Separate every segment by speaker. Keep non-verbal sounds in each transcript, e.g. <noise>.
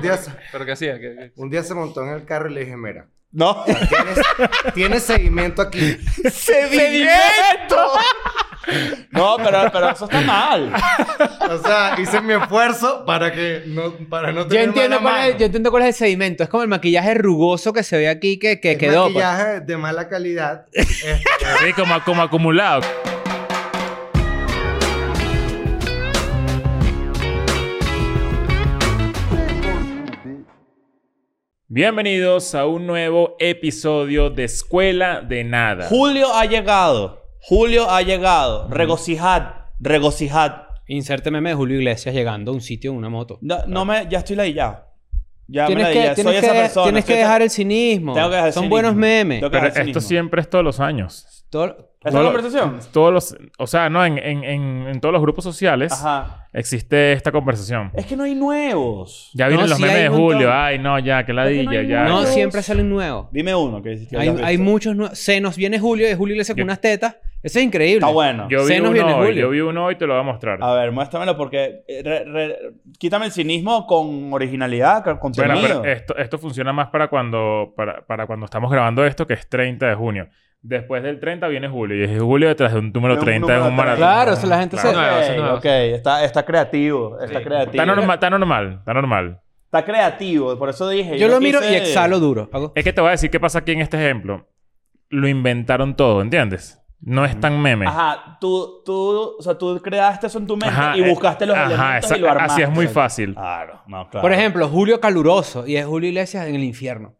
Speaker 1: día,
Speaker 2: Pero que hacía, que- que-
Speaker 1: un día se montó en el carro y le dije, mira,
Speaker 3: No.
Speaker 1: tienes, tienes sedimento
Speaker 4: <laughs>
Speaker 1: aquí.
Speaker 3: ¡Sedimento! No, pero, pero eso está mal.
Speaker 1: O sea, hice mi esfuerzo para que no, para no
Speaker 4: Yo
Speaker 1: tener
Speaker 4: entiendo,
Speaker 1: mala
Speaker 4: cuál es,
Speaker 1: mano.
Speaker 4: yo entiendo cuál es el sedimento. Es como el maquillaje rugoso que se ve aquí que, que
Speaker 1: Es
Speaker 4: quedó. pues.
Speaker 1: maquillaje de mala
Speaker 4: <laughs>
Speaker 1: calidad. Este,
Speaker 5: Sí, como, como acumulado. Bienvenidos a un nuevo episodio de Escuela de Nada.
Speaker 3: Julio ha llegado. Julio ha llegado. Regocijad. Regocijad.
Speaker 4: Inserte meme de Julio Iglesias llegando a un sitio en una moto.
Speaker 3: No, no me... Ya estoy ladillado. Ya me
Speaker 4: Tienes que,
Speaker 3: ladillé. Soy
Speaker 4: tienes
Speaker 3: esa
Speaker 4: que-
Speaker 3: persona.
Speaker 4: tienes
Speaker 3: soy
Speaker 4: que
Speaker 3: esa-
Speaker 4: dejar el cinismo.
Speaker 3: Tengo que dejar el
Speaker 4: Son
Speaker 3: cinismo.
Speaker 4: buenos memes.
Speaker 3: Tengo que
Speaker 5: Pero
Speaker 3: dejar el
Speaker 5: esto
Speaker 3: cinismo.
Speaker 5: siempre es todos los años.
Speaker 4: Todo-
Speaker 3: ¿Esta es
Speaker 5: No
Speaker 3: la
Speaker 5: lo-
Speaker 3: conversación?
Speaker 5: Todos los, o sea, no, en, en- en- en todos los grupos sociales
Speaker 3: Ajá.
Speaker 5: existe esta conversación.
Speaker 3: Es que no hay nuevos.
Speaker 5: Ya
Speaker 4: No,
Speaker 5: vienen los
Speaker 4: sí
Speaker 5: memes
Speaker 4: hay
Speaker 5: de
Speaker 4: un montón.
Speaker 5: Julio. Ay, no, ya, que
Speaker 3: no
Speaker 5: ladilla,
Speaker 3: hay
Speaker 5: ya.
Speaker 4: no
Speaker 3: Ay,
Speaker 4: siempre
Speaker 3: Dios.
Speaker 4: salen nuevos.
Speaker 3: Dime uno que, que
Speaker 4: Hay,
Speaker 3: hayas
Speaker 4: hay
Speaker 3: visto.
Speaker 4: muchos nuevos. Se nos viene Julio, de Julio Iglesias con
Speaker 5: Yo-
Speaker 4: unas tetas. Eso es increíble.
Speaker 3: Está bueno.
Speaker 5: Yo vi
Speaker 4: Se nos
Speaker 5: uno
Speaker 4: viene
Speaker 5: hoy,
Speaker 4: Julio.
Speaker 5: yo vi uno hoy y te lo voy a mostrar.
Speaker 3: A ver, muéstramelo porque... eh, re- re- quítame el cinismo con originalidad, con
Speaker 5: Bueno,
Speaker 3: contenido.
Speaker 5: pero esto, esto funciona más para cuando, para, para cuando estamos grabando esto, que es 30 de junio. Después del 30 viene julio. Y es julio detrás de un número
Speaker 3: De un
Speaker 5: 30 de
Speaker 3: número
Speaker 5: un maratón.
Speaker 4: Claro, o sea, la gente
Speaker 5: Claro.
Speaker 4: se...
Speaker 5: No,
Speaker 3: Ok,
Speaker 2: Nuevos, nuevos.
Speaker 3: ok. Está, está creativo. Está
Speaker 2: Sí.
Speaker 3: creativo.
Speaker 5: Está normal, está normal, está normal.
Speaker 3: Está creativo. Por eso dije...
Speaker 4: Yo
Speaker 3: no
Speaker 4: lo miro
Speaker 3: quise-
Speaker 4: y exhalo duro. Hago-
Speaker 5: Es que te voy a decir qué pasa aquí en este ejemplo. Lo inventaron todo, ¿entiendes? No es tan meme.
Speaker 3: Ajá, tú, tú, o sea, tú creaste eso en tu mente
Speaker 5: Ajá,
Speaker 3: y
Speaker 5: eh,
Speaker 3: buscaste los
Speaker 5: ajá,
Speaker 3: elementos
Speaker 5: esa-
Speaker 3: y lo armaste. Ah,
Speaker 5: así es muy
Speaker 3: Exacto.
Speaker 5: fácil.
Speaker 3: Claro, no, claro.
Speaker 4: Por ejemplo, Julio caluroso. Y es Julio Iglesias en el infierno.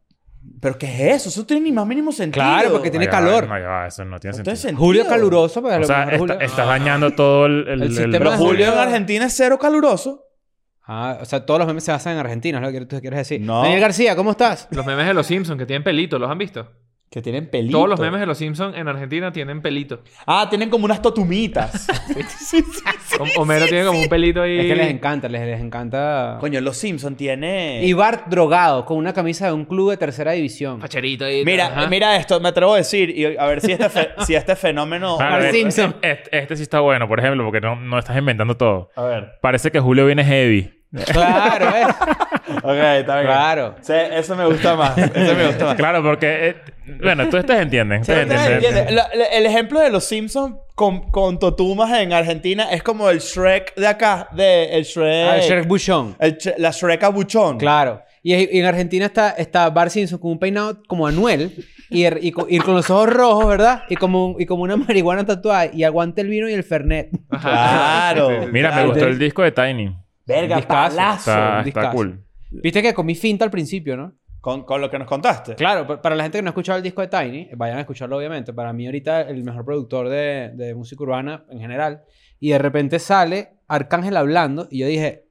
Speaker 3: ¿pero qué es eso? Eso no tiene ni más mínimo sentido.
Speaker 4: Claro, porque tiene
Speaker 5: No, ya va,
Speaker 4: calor.
Speaker 5: no, ya va, eso no tiene
Speaker 3: No
Speaker 5: sentido.
Speaker 3: tiene sentido.
Speaker 4: Julio caluroso. Pero a
Speaker 5: O
Speaker 4: lo
Speaker 5: sea,
Speaker 4: mejor
Speaker 5: está-
Speaker 4: Julio-
Speaker 5: estás dañando todo el... el-
Speaker 4: El
Speaker 5: el-
Speaker 4: sistema
Speaker 3: Pero
Speaker 4: Ah,
Speaker 3: Julio en
Speaker 4: Julio.
Speaker 3: Argentina es cero caluroso.
Speaker 4: Ah, o sea, todos los memes se basan en Argentina, es lo que tú quieres decir.
Speaker 3: No.
Speaker 4: Daniel García, ¿cómo estás?
Speaker 2: Los memes de los Simpsons que tienen pelito, ¿los han visto?
Speaker 3: Que tienen pelitos.
Speaker 2: Todos los memes de los Simpsons en Argentina tienen pelito.
Speaker 3: Ah, tienen como
Speaker 5: <laughs>
Speaker 3: unas totumitas.
Speaker 2: Hom- Homero tiene como un pelito ahí.
Speaker 4: Es que les encanta, les, les encanta.
Speaker 3: Coño, los Simpson tiene...
Speaker 4: Y Bart drogado con una camisa de un club de tercera división.
Speaker 2: Facherito ahí.
Speaker 3: Mira,
Speaker 2: ajá.
Speaker 3: mira esto, me atrevo a decir, y a ver si este,
Speaker 5: <laughs>
Speaker 3: fe- si este fenómeno...
Speaker 5: Claro,
Speaker 4: Homer
Speaker 5: este-
Speaker 4: Simpson.
Speaker 5: Este, este sí está bueno, por ejemplo, porque no, no estás inventando todo.
Speaker 3: A ver,
Speaker 5: Parece que Julio viene heavy.
Speaker 4: Claro,
Speaker 3: <laughs>
Speaker 4: ¿ves?
Speaker 3: ok, está bien.
Speaker 4: Claro.
Speaker 3: Sí, eso me gusta más, eso
Speaker 5: <laughs>
Speaker 3: me gusta más.
Speaker 5: Claro, porque... eh, bueno, tú ustedes entienden.
Speaker 3: Sí,
Speaker 5: ustedes
Speaker 3: ustedes
Speaker 5: entienden.
Speaker 3: entienden. La- la- el ejemplo de los Simpsons con, con Totumas en Argentina es como el Shrek de acá, de el Shrek.
Speaker 4: Ah, Shrek Buchón.
Speaker 3: el Sh- la Shrek a buchón.
Speaker 4: Claro. Y, es- y en Argentina está, está Bart Simpson con un peinado como Anuel y, er- y, co- y con los ojos rojos, ¿verdad? Y como, un- y como una marihuana tatuada y aguanta el vino y el fernet.
Speaker 3: Ah.
Speaker 2: Ajá.
Speaker 3: Claro.
Speaker 2: Sí, sí, sí.
Speaker 5: Mira, me
Speaker 3: Claro.
Speaker 5: gustó el disco de Tiny.
Speaker 3: Verga,
Speaker 4: Discazo.
Speaker 3: palazo.
Speaker 5: Está,
Speaker 4: un
Speaker 5: está
Speaker 4: discazo.
Speaker 5: cool.
Speaker 4: Viste que comí finta al principio, ¿no?
Speaker 3: Con, con lo que nos contaste.
Speaker 4: Claro, pa- para la gente que no ha escuchado el disco de Tiny, eh, vayan a escucharlo obviamente. Para mí ahorita el mejor productor de, de música urbana en general. Y de repente sale Arcángel hablando y yo dije,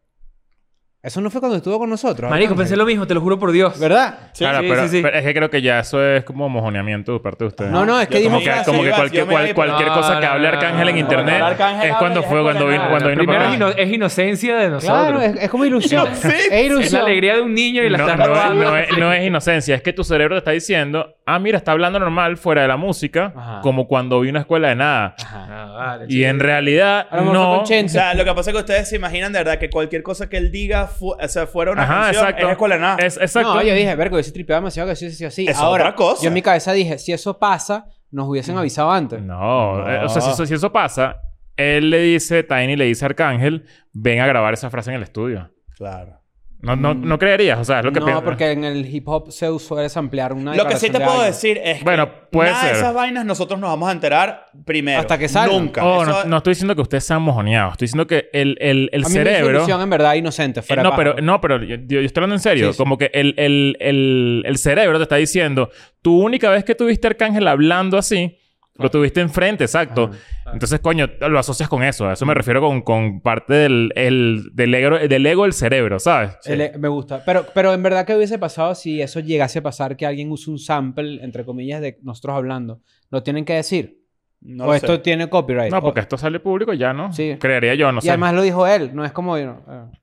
Speaker 4: eso no fue cuando estuvo con nosotros.
Speaker 2: Marico, pensé
Speaker 4: Arcángel".
Speaker 2: lo mismo, te lo juro por Dios.
Speaker 4: ¿Verdad?
Speaker 3: Sí,
Speaker 5: claro,
Speaker 3: sí,
Speaker 5: pero,
Speaker 3: sí, sí.
Speaker 5: pero es que creo que ya eso es como mojoneamiento de parte de ustedes.
Speaker 4: No, no, es
Speaker 3: Yo
Speaker 4: que
Speaker 5: Como
Speaker 4: dimos
Speaker 5: que,
Speaker 3: clase,
Speaker 5: como que
Speaker 3: iba-
Speaker 5: cualquier,
Speaker 3: yo me iba
Speaker 5: cual-
Speaker 3: a ir-
Speaker 5: cualquier
Speaker 2: No,
Speaker 5: cosa
Speaker 2: no,
Speaker 5: que
Speaker 2: no,
Speaker 5: hable
Speaker 2: no,
Speaker 5: Arcángel en
Speaker 2: no, no,
Speaker 5: internet
Speaker 2: no,
Speaker 3: Arcángel
Speaker 5: es cuando
Speaker 3: habla y
Speaker 5: fue
Speaker 3: es
Speaker 5: cuando vino,
Speaker 3: escuela.
Speaker 5: cuando vino
Speaker 2: Primero
Speaker 5: papá.
Speaker 2: es, Ah, ino- es inocencia de nosotros.
Speaker 4: Claro, es, es
Speaker 5: <laughs>
Speaker 4: como ilusión. es
Speaker 2: Es la
Speaker 4: ilusión.
Speaker 2: alegría de un niño y la
Speaker 5: No,
Speaker 2: estás
Speaker 5: no es,
Speaker 2: robando.
Speaker 5: no es- no es inocencia, es que tu cerebro te está diciendo, ah, mira, está hablando normal fuera de la música,
Speaker 4: Ajá.
Speaker 5: como cuando vi una escuela de nada.
Speaker 2: Ah, vale,
Speaker 5: Y
Speaker 2: chico.
Speaker 5: en realidad,
Speaker 4: A lo mejor fue
Speaker 5: no.
Speaker 4: con Chente.
Speaker 3: O sea, lo que pasa es que ustedes se imaginan de verdad que cualquier cosa que él diga fu- o sea, fuera una
Speaker 5: Ajá,
Speaker 3: canción
Speaker 5: exacto.
Speaker 3: es escuela de nada.
Speaker 5: Ah, Es- exacto.
Speaker 4: No, yo dije, verga, yo sí tripeaba demasiado que sí, sí, así.
Speaker 3: Es
Speaker 4: Ahora,
Speaker 3: otra cosa.
Speaker 4: yo en mi cabeza dije, si eso pasa, nos hubiesen avisado antes.
Speaker 5: No, eh, o sea, si eso, si eso pasa, él le dice, Tiny le dice a Arcángel, ven a grabar esa frase en el estudio.
Speaker 3: Claro.
Speaker 5: No, no, no creerías, o sea, es lo que
Speaker 4: Mm. no,
Speaker 5: pienso.
Speaker 4: porque en el hip hop se suele ampliar una
Speaker 3: Lo que sí
Speaker 4: declaración
Speaker 3: te
Speaker 4: de
Speaker 3: puedo
Speaker 4: alguien.
Speaker 3: decir es que
Speaker 5: Bueno, puede
Speaker 3: nada
Speaker 5: ser.
Speaker 3: de esas vainas nosotros nos vamos a enterar primero.
Speaker 4: Hasta que salgan.
Speaker 3: Nunca.
Speaker 5: Oh, no,
Speaker 3: Eso-
Speaker 5: no estoy diciendo que ustedes sean mojoneados. Estoy diciendo que el, el, el
Speaker 4: A mí me hizo
Speaker 5: cerebro...
Speaker 4: ilusión, en verdad, inocente.
Speaker 5: Eh,
Speaker 4: Fuera
Speaker 5: no,
Speaker 4: paja.
Speaker 5: pero, no, pero yo, yo- yo estoy hablando en serio.
Speaker 4: Sí, sí.
Speaker 5: Como que el, el, el, el cerebro te está diciendo, tu única vez que tuviste a Arcángel hablando así, lo tuviste enfrente, exacto. Entonces, coño, lo asocias con eso. A eso me refiero con, con parte del, el- del, ego, del ego del cerebro, ¿sabes?
Speaker 4: El- eh, me gusta. Pero, pero en verdad, ¿qué hubiese pasado si eso llegase a pasar que alguien use un sample, entre comillas, de nosotros hablando? ¿Lo tienen que decir?
Speaker 3: no
Speaker 4: ¿O
Speaker 3: lo sé.
Speaker 4: Pues esto tiene copyright?
Speaker 5: No,
Speaker 4: O-
Speaker 5: porque esto sale público ya, ¿no?
Speaker 4: Sí.
Speaker 5: Creería yo, no
Speaker 4: y
Speaker 5: sé.
Speaker 4: además lo dijo él, no es como. eh,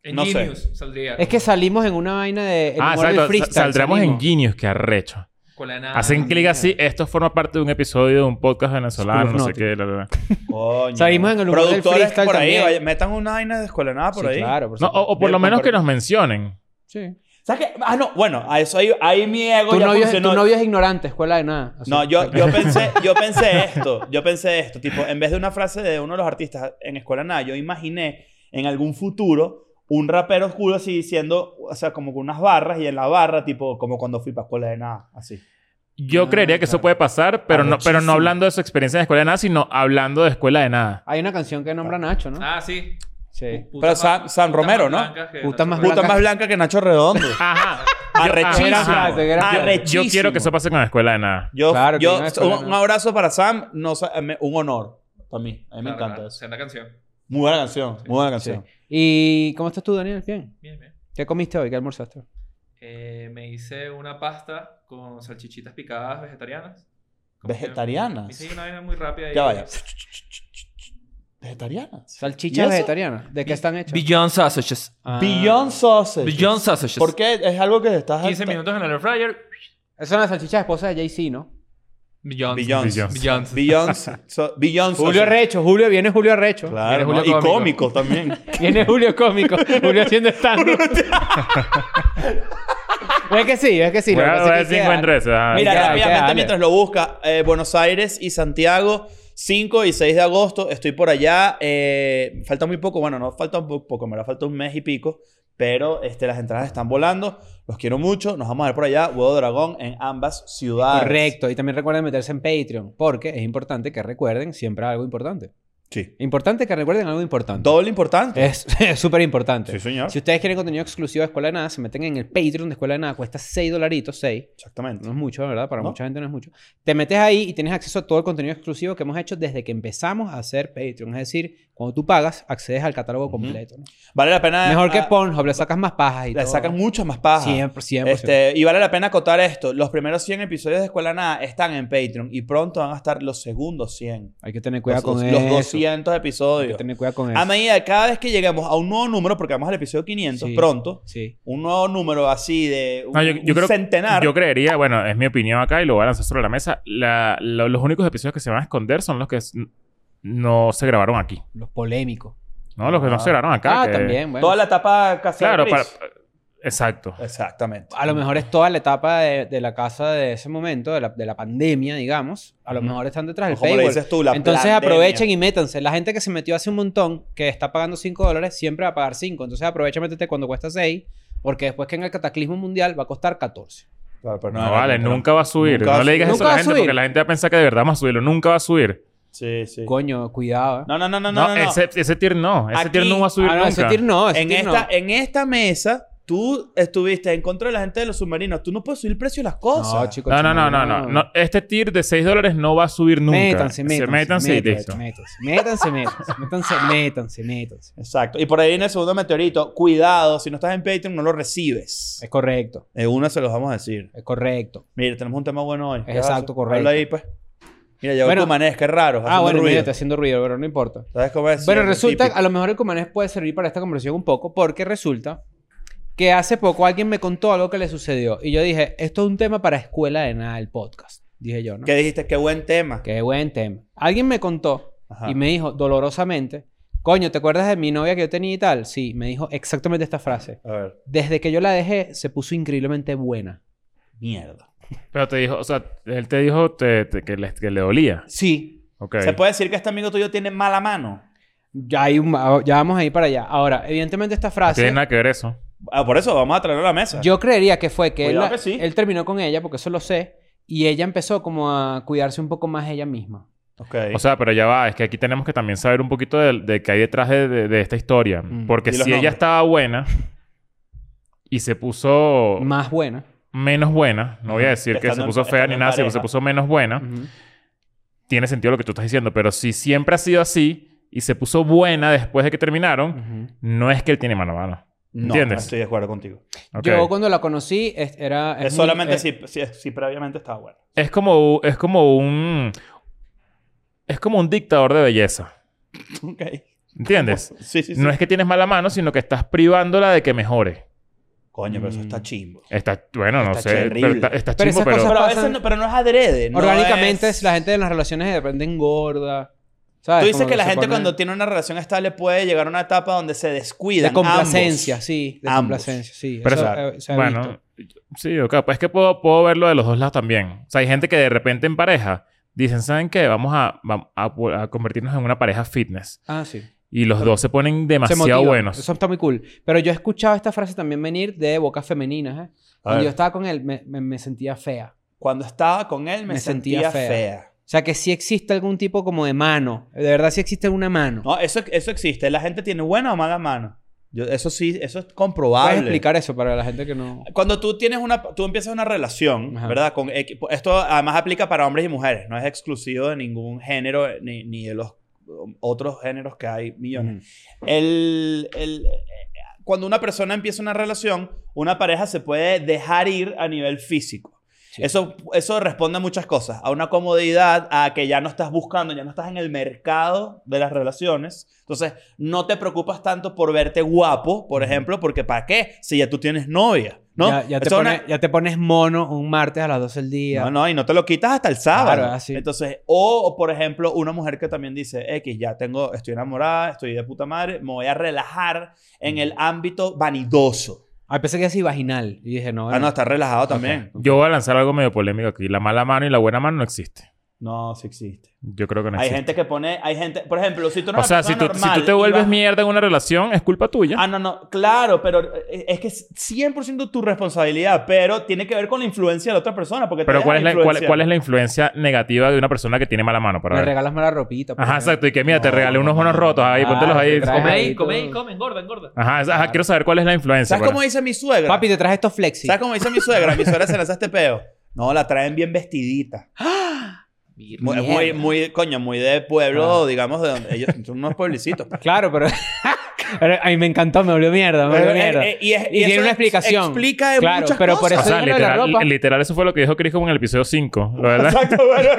Speaker 2: En
Speaker 3: No sé.
Speaker 2: Genius saldría.
Speaker 4: Es que salimos en una vaina de. el
Speaker 5: ah,
Speaker 4: humor del
Speaker 5: exacto.
Speaker 4: freestyle,
Speaker 5: Sa- Saldremos en
Speaker 4: salimos.
Speaker 5: Genius, que arrecho.
Speaker 2: Con la nada.
Speaker 5: Hacen clic así. Esto forma parte de un episodio de un podcast venezolano,
Speaker 4: School
Speaker 5: no sé
Speaker 4: of Noti.
Speaker 5: qué. la, la, la.
Speaker 3: Coño.
Speaker 4: Salimos en el humor del
Speaker 3: Productores
Speaker 4: freestyle
Speaker 3: por ahí,
Speaker 4: también.
Speaker 3: vaya, metan una vaina de escuela de nada Ah, por
Speaker 4: Sí,
Speaker 3: ahí.
Speaker 4: claro, por
Speaker 5: No, o,
Speaker 4: supuesto.
Speaker 5: o por
Speaker 3: Bien,
Speaker 5: lo menos que
Speaker 3: compartido.
Speaker 5: nos mencionen.
Speaker 4: Sí.
Speaker 3: ¿Sabes qué? Ah, no, bueno, a eso ahí, ahí mi ego
Speaker 4: Tu
Speaker 3: ya
Speaker 4: novio, es-
Speaker 3: funcionó.
Speaker 4: tu novio es ignorante, escuela de nada. Así.
Speaker 3: No, yo, yo, pensé, yo pensé esto. Yo pensé esto. Tipo, en vez de una frase de uno de los artistas en Escuela Nada, yo imaginé en algún futuro un rapero oscuro así diciendo, o sea, como con unas barras y en la barra, tipo, como cuando fui para Escuela de Nada, así.
Speaker 5: Yo
Speaker 4: Ah,
Speaker 5: creería que eso
Speaker 4: claro.
Speaker 5: puede pasar, pero no, pero no
Speaker 3: Arrechísimo.
Speaker 5: hablando de su experiencia en escuela de nada, sino hablando de escuela de nada.
Speaker 4: <laughs> Hay una canción que nombra a Nacho, ¿no?
Speaker 2: Ah, sí.
Speaker 4: Sí.
Speaker 2: Puta
Speaker 3: Pero
Speaker 2: más-
Speaker 3: San- San
Speaker 2: puta
Speaker 3: Romero,
Speaker 2: más
Speaker 3: ¿no?
Speaker 2: blanca que
Speaker 4: Puta
Speaker 2: Nacho
Speaker 4: más
Speaker 2: Romero.
Speaker 4: blanca.
Speaker 3: blanca que Nacho Redondo.
Speaker 5: Ajá.
Speaker 3: Arrechísimo.
Speaker 5: Ajá.
Speaker 4: Ah,
Speaker 3: Arrechísimo.
Speaker 5: Yo quiero que eso pase con la escuela de nada.
Speaker 3: Yo,
Speaker 4: Claro, que
Speaker 3: yo-
Speaker 4: no es
Speaker 3: un,
Speaker 4: Escuela de
Speaker 3: un
Speaker 4: Nada.
Speaker 3: abrazo para Sam, no, sa- eh, me- un honor para mí. A mí me
Speaker 2: Claro,
Speaker 3: encanta
Speaker 2: claro.
Speaker 3: eso.
Speaker 2: Senda canción.
Speaker 3: Muy buena canción, muy buena
Speaker 4: Sí.
Speaker 3: canción.
Speaker 4: ¿Y cómo estás tú, Daniel? Bien.
Speaker 2: Bien, bien.
Speaker 4: ¿Qué comiste hoy? ¿Qué almorzaste?
Speaker 2: Eh, me hice una pasta con salchichitas picadas vegetarianas. Como que-
Speaker 3: ¿Vegetarianas?
Speaker 2: Sí, una vaina muy rápida. ahí.
Speaker 3: Ya vaya. ¿Vegetarianas? ¿Y
Speaker 4: ¿Salchichas
Speaker 3: eso?
Speaker 4: vegetarianas? ¿De qué están hechas?
Speaker 2: Beyond sausages.
Speaker 4: Ah.
Speaker 3: Beyond Sausage.
Speaker 2: Beyond sausages.
Speaker 3: ¿Por qué? Es algo que estás...
Speaker 2: 15 minutos en el air fryer.
Speaker 4: Esas son las salchichas esposas de Jay-Z, ¿no?
Speaker 2: Beyond.
Speaker 3: Beyoncé.
Speaker 2: Beyond.
Speaker 3: Beyoncé. so- Beyoncé.
Speaker 4: Julio Arrecho. Julio, viene Julio Arrecho.
Speaker 3: Claro,
Speaker 2: Julio
Speaker 3: ¿no? y
Speaker 2: Cómico.
Speaker 3: cómico también.
Speaker 2: <laughs>
Speaker 4: Viene Julio cómico. Julio haciendo stand <laughs> Es que sí, es que sí. lo
Speaker 5: Voy
Speaker 4: que
Speaker 5: a
Speaker 4: pasa
Speaker 5: voy a
Speaker 4: es que
Speaker 5: ver si
Speaker 4: queda-
Speaker 5: encuentro eso. ajá.
Speaker 3: Mira,
Speaker 4: Hay que- hay que
Speaker 3: rápidamente
Speaker 4: darle.
Speaker 3: mientras lo busca, eh, Buenos Aires y Santiago, 5 y 6 de agosto, estoy por allá. eh, falta muy poco, bueno, no falta un po- poco, me falta un mes y pico, pero este, las entradas están volando. Los quiero mucho, nos vamos a ver por allá, Huevo Dragón, en ambas ciudades.
Speaker 4: Correcto. Y también recuerden meterse en Patreon, porque es importante que recuerden siempre algo importante.
Speaker 3: Sí.
Speaker 4: Importante que recuerden algo importante.
Speaker 3: Doble importante.
Speaker 4: Es <laughs> es súper importante.
Speaker 3: Sí, señor.
Speaker 4: Si ustedes quieren contenido exclusivo de Escuela de Nada, se meten en el Patreon de Escuela de Nada. Cuesta 6 dolaritos, 6.
Speaker 3: Exactamente.
Speaker 4: No es mucho, ¿verdad? Para
Speaker 3: No.
Speaker 4: mucha gente no es mucho. Te metes ahí y tienes acceso a todo el contenido exclusivo que hemos hecho desde que empezamos a hacer Patreon. Es decir, cuando tú pagas, accedes al catálogo completo. ¿no?
Speaker 3: Vale la pena.
Speaker 4: Mejor que
Speaker 3: ah,
Speaker 4: Pornhub, le sacas más pajas y
Speaker 3: Le
Speaker 4: todo.
Speaker 3: sacan muchas más pajas.
Speaker 4: Siempre, siempre.
Speaker 3: Este, y vale la pena acotar esto. Los primeros 100 episodios de Escuela Nada están en Patreon y pronto van a estar los segundos 100.
Speaker 4: Hay que tener cuidado
Speaker 3: los,
Speaker 4: con
Speaker 3: los
Speaker 4: eso.
Speaker 3: 200
Speaker 4: Hay que
Speaker 3: episodios.
Speaker 4: tener cuidado con eso.
Speaker 3: A medida de cada vez que llegamos a un nuevo número, porque vamos al episodio 500
Speaker 4: Sí.
Speaker 3: pronto,
Speaker 4: Sí.
Speaker 3: un nuevo número así de un,
Speaker 5: No, yo, yo
Speaker 3: un
Speaker 5: creo,
Speaker 3: centenar.
Speaker 5: yo creería, bueno, es mi opinión acá y lo voy a lanzar sobre la mesa. la- lo- los únicos episodios que se van a esconder son los que s- no se grabaron aquí.
Speaker 4: Los polémicos.
Speaker 5: ¿No? Los que no se grabaron acá.
Speaker 4: Ah,
Speaker 5: que-
Speaker 4: también, bueno.
Speaker 3: Toda la etapa casi
Speaker 5: Claro, para- exacto.
Speaker 3: Exactamente.
Speaker 4: A lo mejor es toda la etapa de, de la casa de ese momento, de la, de la pandemia, digamos. A lo
Speaker 5: Ujú.
Speaker 4: mejor están detrás
Speaker 3: O
Speaker 4: del
Speaker 3: como le
Speaker 4: paywall.
Speaker 3: dices tú, la
Speaker 4: Entonces
Speaker 3: pandemia.
Speaker 4: aprovechen y métanse. La gente que se metió hace un montón, que está pagando 5 dólares, siempre va a pagar 5. Entonces aprovecha, métete cuando cuesta 6, porque después que en el cataclismo mundial va a costar 14.
Speaker 3: Claro, pero
Speaker 5: No, vale,
Speaker 3: no, no.
Speaker 5: nunca va a subir.
Speaker 3: Nunca va
Speaker 5: no
Speaker 3: a
Speaker 5: le digas
Speaker 4: subir.
Speaker 5: eso a la
Speaker 4: Nunca va a
Speaker 5: gente
Speaker 4: subir.
Speaker 5: porque la gente va a pensar que de verdad vamos a subirlo. Nunca va a subir.
Speaker 3: Sí, sí.
Speaker 4: Coño, cuidado. ¿eh?
Speaker 3: No, no, no, no,
Speaker 5: No,
Speaker 3: no. no, no.
Speaker 5: Ese, ese tier no. Ese
Speaker 3: Aquí-
Speaker 5: tier no va a subir
Speaker 4: Ah, no,
Speaker 5: nunca.
Speaker 4: ese tir no, ese
Speaker 3: en,
Speaker 4: tir
Speaker 3: esta,
Speaker 4: no.
Speaker 3: en esta mesa, tú estuviste en contra de la gente de los submarinos. Tú no puedes subir el precio de las cosas.
Speaker 4: No, chicos,
Speaker 5: No, no, no, no, no, no. Este tier de 6 dólares no va a subir nunca.
Speaker 4: Métanse, métanse.
Speaker 5: métanse y listo.
Speaker 4: métanse, métanse, métanse, métanse, métanse, métanse, métanse.
Speaker 3: Exacto. Y por ahí en el segundo meteorito, cuidado, si no estás en Patreon no lo recibes.
Speaker 4: Es correcto,
Speaker 3: De una se los vamos a decir.
Speaker 4: es correcto.
Speaker 3: Mira, tenemos un tema bueno hoy.
Speaker 4: Es
Speaker 3: ¿Qué vas a hacer?
Speaker 4: exacto, correcto.
Speaker 3: Habla ahí, pues. Mira, llegó
Speaker 4: Bueno.
Speaker 3: tu manés, qué raro.
Speaker 4: Ah, bueno,
Speaker 3: ruido.
Speaker 4: mira, está haciendo ruido, pero no importa.
Speaker 3: ¿Sabes cómo es?
Speaker 4: Bueno,
Speaker 3: Sí,
Speaker 4: resulta,
Speaker 3: típico.
Speaker 4: a lo mejor el cumanés puede servir para esta conversación un poco, porque resulta que hace poco alguien me contó algo que le sucedió y yo dije, esto es un tema para escuela de nada, el podcast, dije yo, ¿no?
Speaker 3: ¿Qué dijiste? Qué buen tema.
Speaker 4: Qué buen tema. Alguien me contó
Speaker 3: Ajá.
Speaker 4: y me dijo dolorosamente, coño, ¿te acuerdas de mi novia que yo tenía y tal? Sí, me dijo exactamente esta frase.
Speaker 3: A ver.
Speaker 4: Desde que yo la dejé, se puso increíblemente buena.
Speaker 3: Mierda.
Speaker 5: Pero te dijo, o sea, él te dijo te- te- que, le, que le dolía.
Speaker 4: Sí.
Speaker 5: Ok.
Speaker 3: ¿Se puede decir que este amigo tuyo tiene mala mano?
Speaker 4: Ya, hay un- ya vamos a ir para allá. Ahora, evidentemente esta
Speaker 5: No
Speaker 4: frase...
Speaker 5: tiene nada que ver eso.
Speaker 3: Ah, por eso vamos a traerlo a la mesa.
Speaker 4: Yo creería que fue que él,
Speaker 3: Cuidado
Speaker 4: la-
Speaker 3: que sí.
Speaker 4: él terminó con ella, porque eso lo sé, y ella empezó como a cuidarse un poco más ella misma.
Speaker 3: Ok.
Speaker 5: O sea, pero ya va, es que aquí tenemos que también saber un poquito de, de qué hay detrás de, de- de esta historia.
Speaker 4: Mm.
Speaker 5: Porque
Speaker 3: Di
Speaker 5: si
Speaker 3: los
Speaker 5: ella
Speaker 3: nombres.
Speaker 5: estaba buena y se
Speaker 3: Oh.
Speaker 5: puso
Speaker 4: Más buena.
Speaker 5: menos buena, no voy a decir que
Speaker 3: Estando
Speaker 5: se
Speaker 3: en-
Speaker 5: puso fea
Speaker 3: estando
Speaker 5: ni
Speaker 3: en
Speaker 5: nada, sino que
Speaker 3: pareja.
Speaker 5: se
Speaker 3: Mm.
Speaker 5: puso menos buena,
Speaker 3: Ah.
Speaker 4: Ujú.
Speaker 5: tiene sentido lo que tú estás diciendo. Pero si siempre ha sido así y se puso buena después de que terminaron,
Speaker 4: Ujú.
Speaker 3: Mm.
Speaker 5: no es que él tiene mala mano.
Speaker 3: no,
Speaker 5: ¿entiendes?
Speaker 3: no estoy de acuerdo contigo.
Speaker 5: Ok.
Speaker 4: Yo cuando la conocí es- era...
Speaker 3: Es,
Speaker 4: muy- eh,
Speaker 3: solamente
Speaker 4: es-
Speaker 3: si, si, si previamente estaba bueno. <laughs>
Speaker 5: Es como, es como un... Es como un dictador de belleza.
Speaker 3: Ok.
Speaker 4: <laughs>
Speaker 5: ¿Entiendes?
Speaker 3: Sí, sí, sí.
Speaker 5: No es que tienes mala mano, sino que estás privándola de que mejore.
Speaker 3: Coño, pero eso
Speaker 4: Mm.
Speaker 3: está chimbo.
Speaker 5: Está, bueno, no sé.
Speaker 3: Está terrible.
Speaker 5: Pero está, está
Speaker 4: Pero
Speaker 5: chimbo,
Speaker 4: esas
Speaker 5: pero...
Speaker 4: cosas-
Speaker 3: Pero a
Speaker 4: pasan-
Speaker 3: veces no, pero no es adrede. no
Speaker 4: Orgánicamente
Speaker 3: es-
Speaker 4: la gente en las relaciones de repente engorda. ¿Sabes?
Speaker 3: Tú dices
Speaker 4: Como
Speaker 3: que la
Speaker 4: se
Speaker 3: gente
Speaker 4: ponen
Speaker 3: cuando tiene una relación estable puede llegar a una etapa donde se descuida.
Speaker 4: De complacencia, sí. De
Speaker 3: Ambos.
Speaker 4: complacencia, sí.
Speaker 5: Pero
Speaker 4: Eso,
Speaker 5: o sea,
Speaker 4: eh, se ha visto.
Speaker 5: bueno, sí, ok. Pues es que puedo, puedo verlo de los dos lados también. O sea, hay gente que de repente en pareja dicen, ¿saben qué? Vamos a, vam- a- a convertirnos en una pareja fitness.
Speaker 4: Ah, sí.
Speaker 5: Y los
Speaker 4: Pero-
Speaker 5: dos se ponen
Speaker 4: Se
Speaker 5: demasiado
Speaker 4: motiva.
Speaker 5: buenos.
Speaker 4: Eso está muy cool. Pero yo he escuchado esta frase también venir de bocas femeninas. ¿eh? Cuando
Speaker 3: ver.
Speaker 4: yo estaba con él, me, me- me sentía fea.
Speaker 3: Cuando estaba con él me,
Speaker 4: Me sentía
Speaker 3: sentía, fea.
Speaker 4: fea. O sea, que sí existe algún tipo como de mano. De verdad sí existe una mano.
Speaker 3: No, eso, eso existe. La gente tiene buena o mala mano. Yo- eso sí, eso es comprobable.
Speaker 4: ¿Puedes explicar eso para la gente que no...
Speaker 3: Cuando tú tienes una, tú empiezas una relación,
Speaker 4: Ajá.
Speaker 3: ¿verdad? Con equi- esto además aplica para hombres y mujeres. No es exclusivo de ningún género ni, ni de los um, otros géneros que hay millones. El- el- eh, cuando una persona empieza una relación, una pareja se puede dejar ir a nivel físico.
Speaker 4: Sí.
Speaker 3: Eso, eso responde a muchas cosas, a una comodidad, a que ya no estás buscando, ya no estás en el mercado de las relaciones. Entonces, no te preocupas tanto por verte guapo, por ejemplo, porque ¿para qué? Si ya tú tienes novia, ¿no?
Speaker 4: Mm. Ya, ya te
Speaker 3: Eso es una-
Speaker 4: pone- ya te pones mono un martes a las 12 del día.
Speaker 3: no, no, y no te lo quitas hasta el sábado.
Speaker 4: Claro, así.
Speaker 3: Entonces, o o, por ejemplo, una mujer que también dice, X, ya tengo, estoy enamorada, estoy de puta madre, me voy a relajar
Speaker 5: Mm.
Speaker 3: en el ámbito vanidoso.
Speaker 4: Ah, pensé que así vaginal. Y dije, no,
Speaker 3: Ah, no,
Speaker 4: bueno.
Speaker 3: está relajado también.
Speaker 5: Yo voy a lanzar algo medio polémico aquí. La mala mano y la buena mano no existe.
Speaker 3: No, sí existe.
Speaker 5: Yo creo que no
Speaker 3: hay
Speaker 5: existe.
Speaker 3: gente que pone, hay gente, por ejemplo, si tú no
Speaker 5: o sea, si tú, si tú te vuelves mierda en una relación, es culpa tuya.
Speaker 3: Ah, no, no, claro, pero eh, es que es 100% tu responsabilidad, pero tiene que ver con la influencia de la otra persona. Porque te
Speaker 5: Pero
Speaker 3: dejas
Speaker 5: ¿cuál es, la, cuál,
Speaker 3: influenciar.
Speaker 5: cuál es la influencia negativa de una persona que tiene mala mano? Para
Speaker 4: Me
Speaker 5: ver.
Speaker 4: regalas mala ropita. pues. por
Speaker 5: Ajá,
Speaker 4: ejemplo.
Speaker 3: <laughs>
Speaker 5: exacto. Y que mira, te
Speaker 3: No,
Speaker 5: regalé unos
Speaker 3: no,
Speaker 5: monos
Speaker 3: no,
Speaker 5: rotos ahí,
Speaker 4: no.
Speaker 5: póntelos ahí.
Speaker 4: Ah, te
Speaker 5: Come
Speaker 2: Come
Speaker 4: traje.
Speaker 5: ahí.
Speaker 2: ahí, come ahí, come, engorda, engorda.
Speaker 5: Ajá, ajá, quiero saber cuál es la influencia. pues.
Speaker 3: ¿Sabes
Speaker 5: para
Speaker 3: cómo
Speaker 5: ver.
Speaker 3: dice mi suegra?
Speaker 4: Papi, te traje estos flexi.
Speaker 3: ¿Sabes cómo dice mi suegra? Mi suegra se lanza este peo. No, la traen bien vestidita. Muy,
Speaker 4: Mierda. Ah.
Speaker 3: muy, muy, coño, muy de pueblo, digamos, de donde ellos son unos
Speaker 4: <laughs>
Speaker 3: pueblicitos.
Speaker 4: Claro, pero... pero a mí me encantó, me volvió mierda, me
Speaker 3: Pero,
Speaker 4: volvió
Speaker 3: eh,
Speaker 4: mierda.
Speaker 3: eh, y es-
Speaker 4: Y
Speaker 3: y eso
Speaker 4: tiene una
Speaker 3: ex-
Speaker 4: explicación.
Speaker 3: Explica
Speaker 4: Claro,
Speaker 3: muchas
Speaker 4: pero por
Speaker 3: cosas.
Speaker 5: O
Speaker 4: eso-
Speaker 5: sea,
Speaker 4: Eso es lo de la
Speaker 5: literal,
Speaker 4: ropa.
Speaker 5: literal, eso fue lo que dijo Chris como en el episodio 5. ¿Lo verdad?
Speaker 3: Exacto, bueno.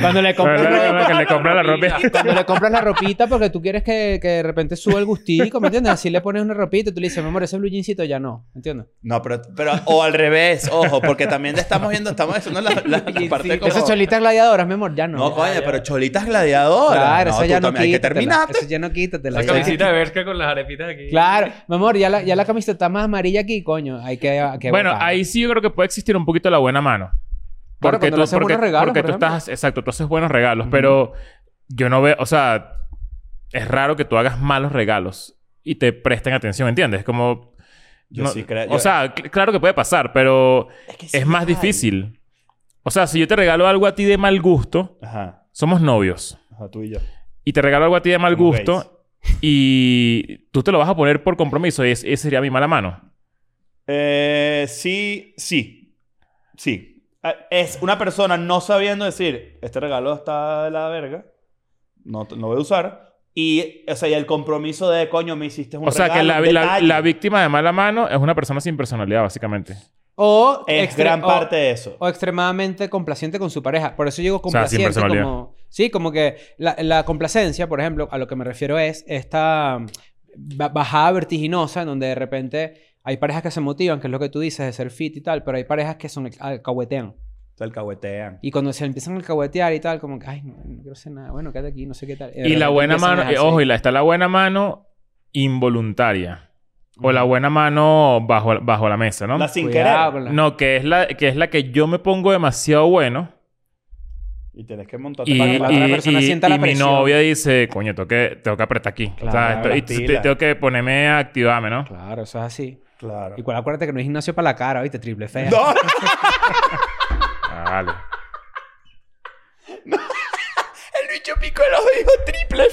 Speaker 4: Cuando le
Speaker 5: La
Speaker 4: compras
Speaker 5: verdad,
Speaker 4: la
Speaker 5: la
Speaker 3: <laughs>
Speaker 5: verdad, que le compra la ropa.
Speaker 2: Mira.
Speaker 4: Cuando le compras la ropita porque tú quieres que, que de repente suba el gustico, ¿me entiendes? Así le pones una ropita y tú le dices, mi amor, ese blue jeansito ya no, ¿me entiendes?
Speaker 3: No, pero, pero, o al revés, ojo, porque también estamos viendo, estamos haciendo la, la-
Speaker 4: <laughs>
Speaker 3: la parte como...
Speaker 4: Esas cholitas gladiadoras, mi amor, ya no.
Speaker 3: No, coño, pero cholitas gladiadoras.
Speaker 4: Claro,
Speaker 3: no,
Speaker 4: esa
Speaker 3: tú
Speaker 4: ya no
Speaker 3: también Hay que terminar.
Speaker 4: Eso ya no quítatela.
Speaker 2: La
Speaker 4: ya.
Speaker 2: camisita de Bershka con las arepitas aquí.
Speaker 4: Claro, mi amor, ya la, ya la camiseta está más amarilla aquí, coño. Hay que, hay que
Speaker 5: Bueno,
Speaker 4: botarla.
Speaker 5: ahí sí yo creo que puede existir un poquito la buena mano.
Speaker 4: Claro, cuando le haces buenos regalos,
Speaker 5: porque
Speaker 4: por
Speaker 5: tú
Speaker 4: ejemplo.
Speaker 5: estás, exacto, tú haces buenos regalos, pero yo no veo, o sea, es raro que tú hagas malos regalos y te presten atención, ¿entiendes? Como
Speaker 3: Yo
Speaker 5: no-
Speaker 3: sí creo- yo-
Speaker 5: O sea, cl- claro que puede pasar, pero
Speaker 3: Es, que sí
Speaker 5: es más
Speaker 3: hay.
Speaker 5: difícil. O sea, si yo te regalo algo a ti de mal gusto,
Speaker 3: Ajá,
Speaker 5: somos novios.
Speaker 3: ajá, tú y yo.
Speaker 5: Y te regalo algo a ti de mal
Speaker 3: Como
Speaker 5: gusto y tú te lo vas a poner por compromiso. Y es- esa sería mi mala mano.
Speaker 3: Eh, sí, sí. Sí. Ah, Es una persona no sabiendo decir, este regalo está de la verga, no t- lo voy a usar. Y, o sea, y el compromiso de, coño, me hiciste un
Speaker 5: O sea, que
Speaker 3: regalo,
Speaker 5: la,
Speaker 3: un
Speaker 5: la-
Speaker 3: detalle".
Speaker 5: la víctima de mala mano es una persona sin personalidad, básicamente.
Speaker 4: O
Speaker 3: Es
Speaker 4: extre-
Speaker 5: oh,
Speaker 3: gran
Speaker 4: o-
Speaker 3: parte de eso.
Speaker 4: O extremadamente complaciente con su pareja. Por eso digo
Speaker 5: O sea, sin
Speaker 4: complaciente
Speaker 5: personalidad.
Speaker 4: como... Sí, como que la, la complacencia, por ejemplo, a lo que me refiero es esta mm, ba- bajada vertiginosa en donde de repente hay parejas que se motivan, que es lo que tú dices, de ser fit y tal, pero hay parejas que son ex- alcahuetean.
Speaker 3: Se alcahuetean.
Speaker 4: Y cuando se empiezan a alcahuetear y tal, como que, ay, no, no quiero hacer nada. Bueno, quédate aquí, no sé qué tal. de
Speaker 5: Y la
Speaker 4: repente
Speaker 5: buena
Speaker 4: empiezan a
Speaker 5: mano, eh,
Speaker 4: dejarse
Speaker 5: ojo,
Speaker 4: ir.
Speaker 5: y la, está la buena mano involuntaria. O la buena mano bajo, bajo la mesa, ¿no?
Speaker 3: La sin
Speaker 4: Cuidado
Speaker 3: querer.
Speaker 4: con la-
Speaker 5: No, que es, la, que es la que yo me pongo demasiado bueno
Speaker 3: Y tienes que montarte
Speaker 5: y,
Speaker 3: para
Speaker 4: que la
Speaker 5: y-
Speaker 4: otra persona
Speaker 5: y-
Speaker 4: sienta la
Speaker 5: y mi
Speaker 4: presión.
Speaker 5: novia dice, coño, tengo que, tengo que apretar aquí. O sea, esto-
Speaker 4: Claro,
Speaker 5: y
Speaker 3: las
Speaker 5: t-
Speaker 3: pilas.
Speaker 5: tengo que ponerme a activarme, ¿no?
Speaker 4: Claro, eso es así.
Speaker 3: Claro.
Speaker 4: Y cuál- acuérdate que no es gimnasio para la cara, ¿viste? Triple fea.
Speaker 3: <laughs> No,
Speaker 5: Vale.
Speaker 3: <laughs> el bicho pico lo dijo triple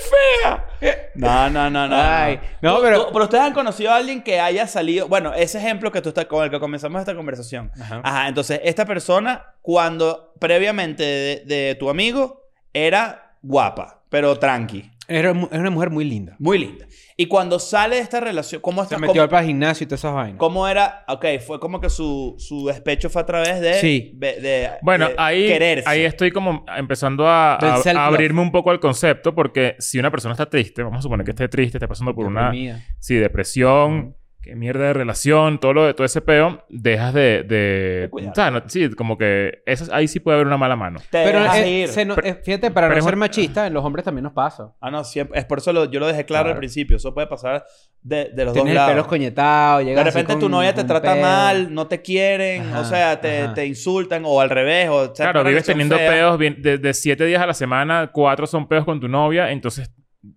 Speaker 3: fea. No, no, no, no.
Speaker 4: Ay, no,
Speaker 3: Tú-
Speaker 4: pero-
Speaker 3: tú- pero ustedes han conocido a alguien que haya salido. Bueno, ese ejemplo que tú estás con el que comenzamos esta conversación.
Speaker 4: Ajá.
Speaker 3: Ajá, entonces esta persona, cuando previamente de, de tu amigo, era guapa, pero tranqui,
Speaker 4: Era mu- Es una mujer muy linda.
Speaker 3: muy linda. Y cuando sale de esta relación, ¿cómo,
Speaker 4: Se
Speaker 3: está,
Speaker 4: metió
Speaker 3: cómo,
Speaker 4: para el gimnasio y todas esas vainas.
Speaker 3: cómo era? Ok, fue como que su, su despecho fue a través de...
Speaker 4: Sí.
Speaker 3: de- de-
Speaker 5: Bueno,
Speaker 3: de
Speaker 5: ahí,
Speaker 3: eh, Quererse.
Speaker 5: ahí estoy como empezando a,
Speaker 4: Del
Speaker 5: a- a
Speaker 4: self-love.
Speaker 5: abrirme un poco al
Speaker 3: Eh,
Speaker 5: concepto porque si una persona está triste, vamos a suponer que esté triste, está pasando por una
Speaker 4: Deprimida.
Speaker 5: sí, depresión, qué mierda de relación, todo lo de todo ese peo, dejas de. de
Speaker 3: De cuidar.
Speaker 5: o sea, no- sí, como que esas- ahí sí puede haber una mala mano.
Speaker 3: Te
Speaker 4: Pero
Speaker 3: dejas
Speaker 4: eh,
Speaker 3: ir.
Speaker 4: se no- eh, fíjate, para
Speaker 5: pero es
Speaker 4: no ser
Speaker 5: un-
Speaker 4: machista, en los hombres también nos pasa.
Speaker 3: Ah, no, siempre. Es por eso lo- yo lo dejé claro,
Speaker 5: Claro.
Speaker 3: al principio. Eso puede pasar de, de
Speaker 4: Tienes
Speaker 3: los dos
Speaker 4: el pelo
Speaker 3: lados.
Speaker 4: escoñetado,
Speaker 3: De
Speaker 4: llegas así
Speaker 3: repente tu
Speaker 4: con
Speaker 3: novia te
Speaker 4: un
Speaker 3: trata
Speaker 4: pedo.
Speaker 3: mal, no te quieren,
Speaker 4: Ajá,
Speaker 3: o sea, te,
Speaker 4: ajá.
Speaker 3: te insultan o al revés. O sea,
Speaker 5: claro,
Speaker 3: una
Speaker 5: vives
Speaker 3: relación
Speaker 5: teniendo
Speaker 3: fea.
Speaker 5: peos bien- de, de siete días a la semana, cuatro son peos con tu novia, entonces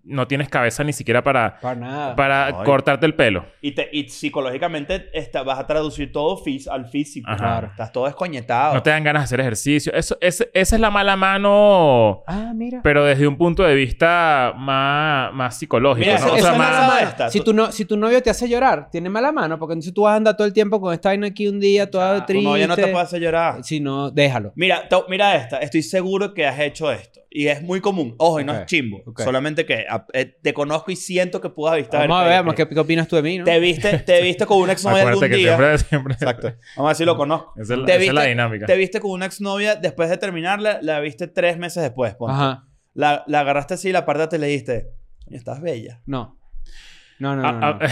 Speaker 5: no tienes cabeza ni siquiera para,
Speaker 4: Para
Speaker 3: Ah,
Speaker 4: nada.
Speaker 5: para
Speaker 1: Ay.
Speaker 5: cortarte el pelo.
Speaker 3: Y, te, y psicológicamente esta- vas a traducir todo fis- al físico.
Speaker 5: Ajá.
Speaker 4: Claro.
Speaker 3: Estás todo escoñetado.
Speaker 5: No te dan ganas de hacer ejercicio. Eso, ese- esa es la mala mano,
Speaker 4: Ah, mira.
Speaker 5: pero desde un punto de vista más, más psicológico.
Speaker 3: Mira,
Speaker 5: ¿no?
Speaker 3: eso-
Speaker 5: o sea,
Speaker 3: eso es
Speaker 5: más-
Speaker 3: mala mano. Esta,
Speaker 4: Si
Speaker 3: tú-
Speaker 4: tu, no, si tu novio te hace llorar, tiene mala mano, porque entonces tú vas a andar todo el tiempo con esta vaina aquí un día, toda
Speaker 3: Tu
Speaker 4: triste.
Speaker 3: novia no te puede hacer llorar.
Speaker 4: Si no, déjalo.
Speaker 3: Mira, to- mira esta. Estoy seguro que has hecho esto. Y es muy común. Ojo, y no
Speaker 4: Ok,
Speaker 3: es chimbo.
Speaker 4: ok.
Speaker 3: Solamente que a- eh, te conozco y siento que pude haber visto.
Speaker 4: Vamos a
Speaker 3: haberte-
Speaker 4: ver, vamos, ¿qué, qué opinas tú de mí, no?
Speaker 3: Te viste, te viste con una exnovia algún
Speaker 5: Acuérdate que
Speaker 3: día.
Speaker 5: siempre, siempre-
Speaker 3: Exacto. Vamos a ver si lo conozco.
Speaker 5: <laughs> Esa es la,
Speaker 3: Te
Speaker 5: esa es la
Speaker 3: viste-
Speaker 5: dinámica.
Speaker 3: Te viste con una exnovia después de terminarla, la viste tres meses después. ponte.
Speaker 4: Ajá.
Speaker 3: La, la agarraste así, la parte le dijiste, "Coño, estás bella.
Speaker 4: No. No, no,
Speaker 5: Ah,
Speaker 4: no.
Speaker 5: ah, <laughs>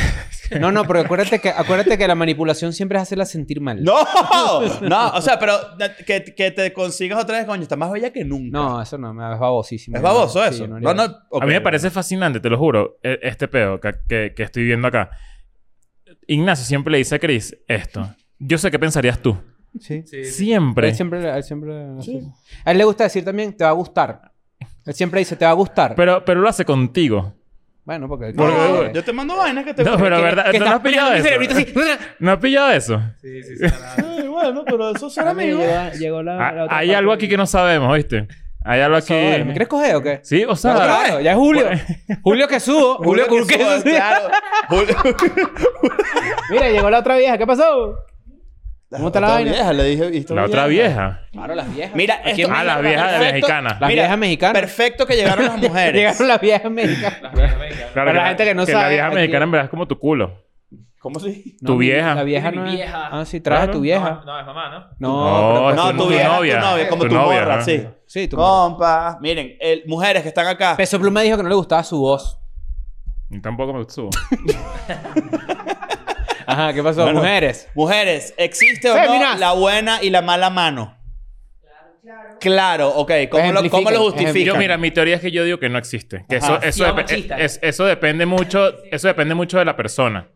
Speaker 4: no. No, no, porque acuérdate que, acuérdate que la manipulación siempre es hacerla sentir mal. <laughs>
Speaker 3: ¡No! No, o sea, pero que, que te consigas otra vez, coño, estás más bella que nunca.
Speaker 4: No, eso no, me- es babosísimo.
Speaker 3: es baboso
Speaker 4: Sí,
Speaker 3: eso.
Speaker 4: yo no haría
Speaker 3: no, no, ok.
Speaker 5: A mí me parece fascinante, te lo juro, e- este pedo que, que- que estoy viendo acá. Ignacio siempre le dice a Chris esto. Yo sé qué pensarías tú.
Speaker 4: Sí.
Speaker 2: Sí, sí.
Speaker 5: Siempre.
Speaker 4: Él siempre, él siempre- A él le gusta decir también, te va a gustar. Él siempre dice, te va a gustar.
Speaker 5: Pero, pero lo hace contigo.
Speaker 4: bueno, porque... eh,
Speaker 3: No,
Speaker 5: Porque-
Speaker 3: yo te mando vainas que te...
Speaker 5: No, pero verdad,
Speaker 4: que
Speaker 5: ¿no
Speaker 4: está
Speaker 5: has pillado
Speaker 4: peleando mi cerebrito
Speaker 5: eso? ¿No has pillado eso?
Speaker 2: Sí, sí, sí, nada.
Speaker 3: <laughs> Ay, bueno, pero eso será amigo.
Speaker 4: Llegó, llegó la, la
Speaker 5: Ah,
Speaker 4: otra
Speaker 5: Hay
Speaker 4: parte
Speaker 5: algo aquí
Speaker 4: del-
Speaker 5: que no sabemos, ¿viste? Hay algo aquí...
Speaker 4: ¿Me quieres coger o qué?
Speaker 5: Sí, o
Speaker 4: Ya,
Speaker 5: sea...
Speaker 4: claro, ya es Julio. Julio que subo. Julio, que <laughs>
Speaker 3: suba, claro. Julio-
Speaker 4: Mira, llegó la otra vieja. ¿Qué pasó? ¿Cómo está la
Speaker 3: otra
Speaker 4: vaina?
Speaker 3: vieja, le dije, "¿Y esta
Speaker 5: La otra vieja.
Speaker 4: Claro, las viejas.
Speaker 3: Mira, esto-
Speaker 5: Ah, las viejas de
Speaker 3: Perfecto.
Speaker 5: mexicanas.
Speaker 4: Las
Speaker 3: Mira,
Speaker 4: viejas mexicanas.
Speaker 3: Perfecto que <laughs> llegaron las mujeres.
Speaker 4: Llegaron <laughs> las viejas mexicanas.
Speaker 2: Las viejas mexicanas.
Speaker 5: Claro
Speaker 4: Para la gente que no
Speaker 5: La
Speaker 4: sabe,
Speaker 5: vieja
Speaker 4: aquí-
Speaker 5: mexicana en verdad es como tu culo.
Speaker 3: ¿Cómo sí?
Speaker 5: Tu vieja.
Speaker 4: La vieja
Speaker 2: Mi
Speaker 4: no es-
Speaker 2: vieja.
Speaker 4: Ah, sí, traje
Speaker 5: Claro.
Speaker 4: tu vieja.
Speaker 2: No, no, es mamá, ¿no?
Speaker 4: No, pero
Speaker 5: No,
Speaker 4: pues
Speaker 3: No,
Speaker 5: tu
Speaker 3: tu
Speaker 5: novia.
Speaker 3: vieja, tu novia, como
Speaker 5: Tu
Speaker 3: tu,
Speaker 5: novia,
Speaker 3: morra,
Speaker 5: ¿no?
Speaker 3: sí.
Speaker 4: Sí, tu
Speaker 3: Compa, miren, el- mujeres que están acá.
Speaker 4: Peso Pluma dijo que no le gustaba su voz.
Speaker 5: Y tampoco me subo.
Speaker 4: Ajá, ¿qué pasó?
Speaker 3: Bueno.
Speaker 4: Mujeres.
Speaker 3: Mujeres, ¿existe o no
Speaker 4: Féminas.
Speaker 3: la buena y la mala mano? Claro, ok. ¿Cómo, lo,
Speaker 4: Ejemplifiquen,
Speaker 3: cómo lo justifican?
Speaker 5: Yo, mira, mi teoría es que yo digo que no existe. Que eso,
Speaker 3: Ajá.
Speaker 5: eso,
Speaker 2: Acción
Speaker 5: depe-
Speaker 2: machista.
Speaker 5: es- eso depende mucho, eso depende mucho de la persona.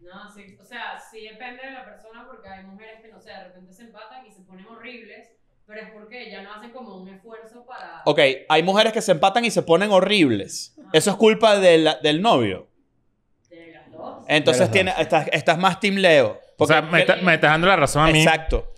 Speaker 6: No, sí, o sea, sí depende de la persona porque hay mujeres que, no sé, de repente se empatan y se ponen horribles, pero es porque ya no hacen como un esfuerzo para...
Speaker 3: Ok, hay mujeres que se empatan y se ponen horribles. Eso es culpa de la- del novio.
Speaker 6: De las dos.
Speaker 3: Entonces
Speaker 4: Pero-
Speaker 3: tiene, estás, estás más Team Leo.
Speaker 5: O sea,
Speaker 3: Porque-
Speaker 5: me, está- me estás dando la razón a mí.
Speaker 3: Exacto.